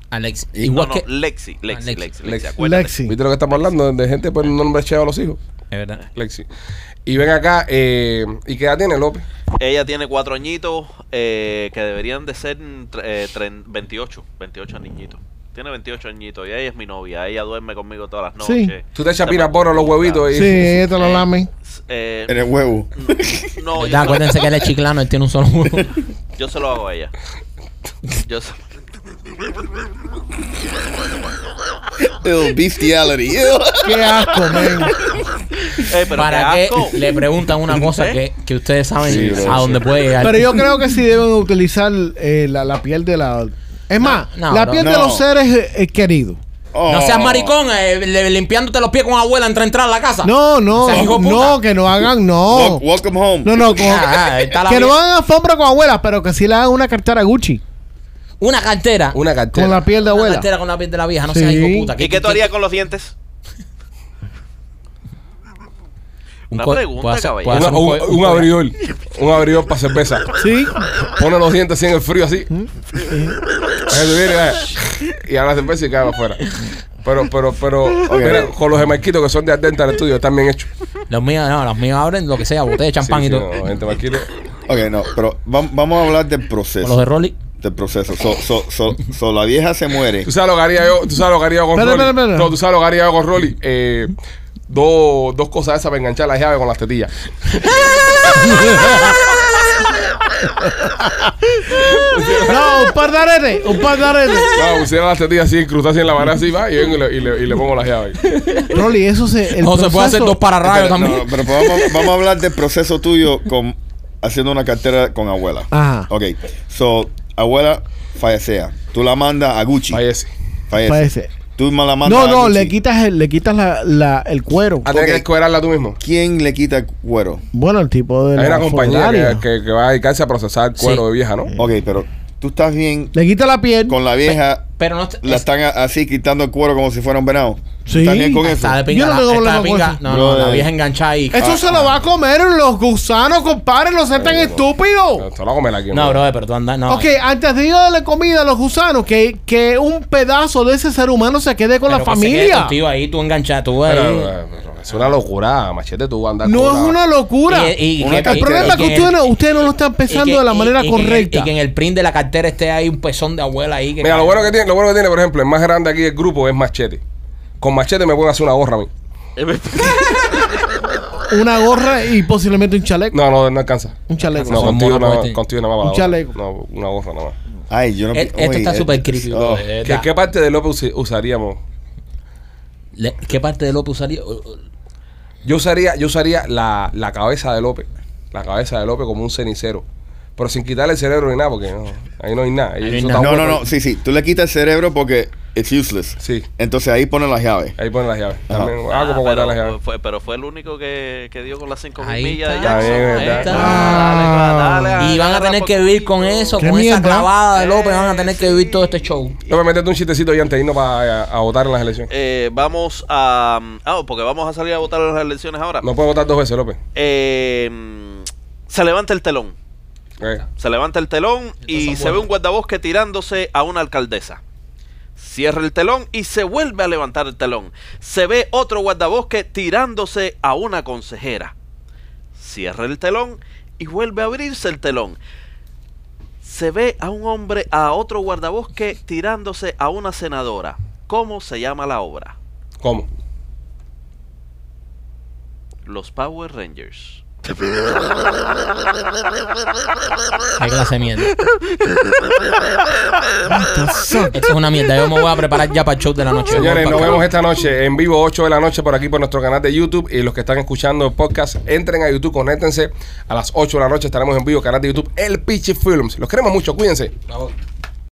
Alex.
Y-
Igual
no,
que. Ah,
no, Lexi, Lexi,
Lexi.
Lexi, Lexi,
Lexi.
acuérdate.
Lexi.
¿Viste lo que estamos hablando? De gente por un nombre echado a los hijos.
Es verdad.
Lexi. Y ven acá, eh, ¿y qué edad tiene López?
Ella tiene cuatro añitos eh, que deberían de ser mm, tre- eh, tren- 28, 28 niñitos. Tiene 28 añitos y ella es mi novia. Ella duerme conmigo todas las
Sí.
noches.
Tú te echas
Se
piraporo a los huevitos y...
sí, ella te lo
Eh,
lamen.
eh,
En el huevo.
¿Verdad?
no, yo, se
Acuérdense que él es chiclano, él tiene un solo huevo.
lo, yo se lo hago a ella. Yo se-
Ew, bestiality. ew.
Qué asco, men.
Eh, pero
Para
qué
que
asco.
le preguntan una cosa
¿Eh?
que, que ustedes saben
Sí, bro,
a dónde puede llegar.
Pero yo creo que sí deben utilizar eh, la, la piel de la. Es más,
no,
la
no.
piel de
No.
los seres eh, eh, queridos.
Oh.
No seas maricón, eh, le- limpiándote los pies con abuela entre entrar a la casa.
No, no,
O sea, hijo de puta.
no, que no hagan, no.
Wel- welcome home.
No, no, con-
Ah, ah, está la
que no
piel.
hagan alfombra con abuela, pero que sí le hagan una cartera Gucci
Una cartera.
Una cartera.
con la piel de
Una
abuela.
cartera con la piel de la vieja, no
Sí.
seas hijo de puta.
¿Y qué tú harías con los dientes?
Un
Una
co-
pregunta,
puede hacer-
caballero.
puede
Una-
hacer
un,
co-
un
co-
abridor. Un abridor para cerveza.
Sí,
Pone los dientes así en el frío, así. Ahí tú vienes, ahí. y ahora la cerveza y cae para afuera. Pero, pero, pero, mira, con los gemarquitos que son de Ardenta del estudio, están bien hechos.
Los míos, no, los míos abren lo que sea, botella de champán
Sí,
y
sí,
todo.
no, gente marquito.
Ok, no, pero vam- vamos a hablar del
Con los
proceso.
de Rolly.
Del proceso. So, so, so, so la vieja se muere.
Tú sabes lo que haría yo, tú sabes lo que haría yo con
Espera,
Rolly.
espera, espera.
No, tú sabes lo que haría yo con Rolly. Eh, dos, dos cosas esas para enganchar la llave con las tetillas.
no, un par de aretes, un par de aretes.
No, pusieron las tetillas así, incrustadas así en la mano así, va, y vengo y le, y le- y le pongo las llaves.
Rolly, eso se. el
O se puede hacer
proceso-
dos pararrayos
Espera,
también.
no, pero pues vamos, vamos a hablar del proceso tuyo con haciendo una cartera con abuela.
Ajá.
Ok, so, abuela fallecea. Tú la mandas a Gucci.
Fallece.
Fallece.
Parece.
Tú ma- la mandas
No,
a
no,
Gucci.
le quitas, el, le quitas la, la- el cuero.
Ah.
A tener
Ok.
Ah, que escuerarla tú mismo.
¿Quién le quita el cuero?
Bueno, el tipo de.
Hay
la
una compañía que,
funeraria.
que- que va a dedicarse a procesar cuero
Sí.
de vieja, ¿no?
Ok, pero tú estás bien
Le quita la piel.
con la vieja.
Pero no está-
La están a- así quitando el cuero como si fuera un venado.
Sí.
¿Estás bien con eso?
está de pinga.
Yo no
la-
tengo
está de
problema con
pinga.
eso.
No, no, la
Brother.
vieja enganchada ahí.
Eso se lo va a comer los gusanos, compadre. No sean tan estúpidos.
Esto lo hago aquí.
No, bro, pero tú andas. No,
Ok, antes de darle comida a los gusanos, que, que un pedazo de ese ser humano se quede con
pero
la
que se quede
familia.
contigo ahí, tú enganchada, tú ahí.
Pero, eh, pero es una locura, machete, tú andas
No
con
es una locura.
Y- y-
Una
y-
el
cartera.
problema es que
y
ustedes
en
no,
el-
ustedes no lo están pensando
y que-
de la
y-
manera
y que en el-
correcta.
y que en el print de la cartera esté ahí un pezón de abuela ahí. que-
Mira, lo bueno que tiene, lo bueno que tiene, por ejemplo, el más grande aquí del grupo es machete. Con machete me pueden hacer una gorra a mí.
Una gorra y posiblemente un chaleco.
No, no, no alcanza.
Un chaleco.
No,
Son
contigo
monos
nada más-
este.
contigo nada más.
Un
para la gorra.
chaleco.
No, una gorra nada más.
Ay, yo no.
Et- e- esto
oye,
está
eh,
súper creepy,
oh.
bro, de verdad.
¿Qué, qué parte de López usi- usaríamos?
Le- ¿Qué parte de López usaría? O- o-
Yo usaría, yo usaría la, la cabeza de López. La cabeza de López como un cenicero. Pero sin quitarle el cerebro ni nada, porque no, ahí no hay nada.
no hay
Eso
nada.
está
No, no,
bueno.
no. Sí, sí. Tú le quitas el cerebro porque it's useless.
Sí,
Entonces ahí ponen las llaves.
ahí ponen las llaves.
Ajá.
También, ah, como guardar
pero,
las llaves.
fue, pero fue el único que, que dio con las 5.000
Ahí
millas de
está.
Jackson.
Ahí
Ahí
está.
está.
Ah.
Dale, dale,
y van a
agarra
tener que
poquito.
vivir con eso,
Qué
con esa
mierda.
clavada de López, van a tener que vivir todo este show.
Yo me metí un chistecito y antes de irnos para a, a votar en las elecciones.
Eh, vamos a. Ah, porque vamos a salir a votar en las elecciones ahora.
No puedo votar dos veces, López.
Eh, mm, se levanta el telón.
Eh,
Se levanta el telón y se ve un guardabosque tirándose a una alcaldesa. Cierra el telón y se vuelve a levantar el telón. Se ve otro guardabosque tirándose a una consejera. Cierra el telón y vuelve a abrirse el telón. Se ve a un hombre, a otro guardabosque tirándose a una senadora. ¿Cómo se llama la obra?
¿Cómo?
Los Power Rangers.
Hay clase de mierda.
Son-
Esto es una mierda. Yo me voy a preparar ya para el show de la noche.
Señores,
Voy
nos
para
vemos
acá.
esta noche en vivo, 8 de la noche, por aquí por nuestro canal de YouTube. Y los que están escuchando el podcast, entren a YouTube, conéctense. A las 8 de la noche estaremos en vivo, canal de YouTube El Pichi Films. Los queremos mucho, cuídense.
Por favor.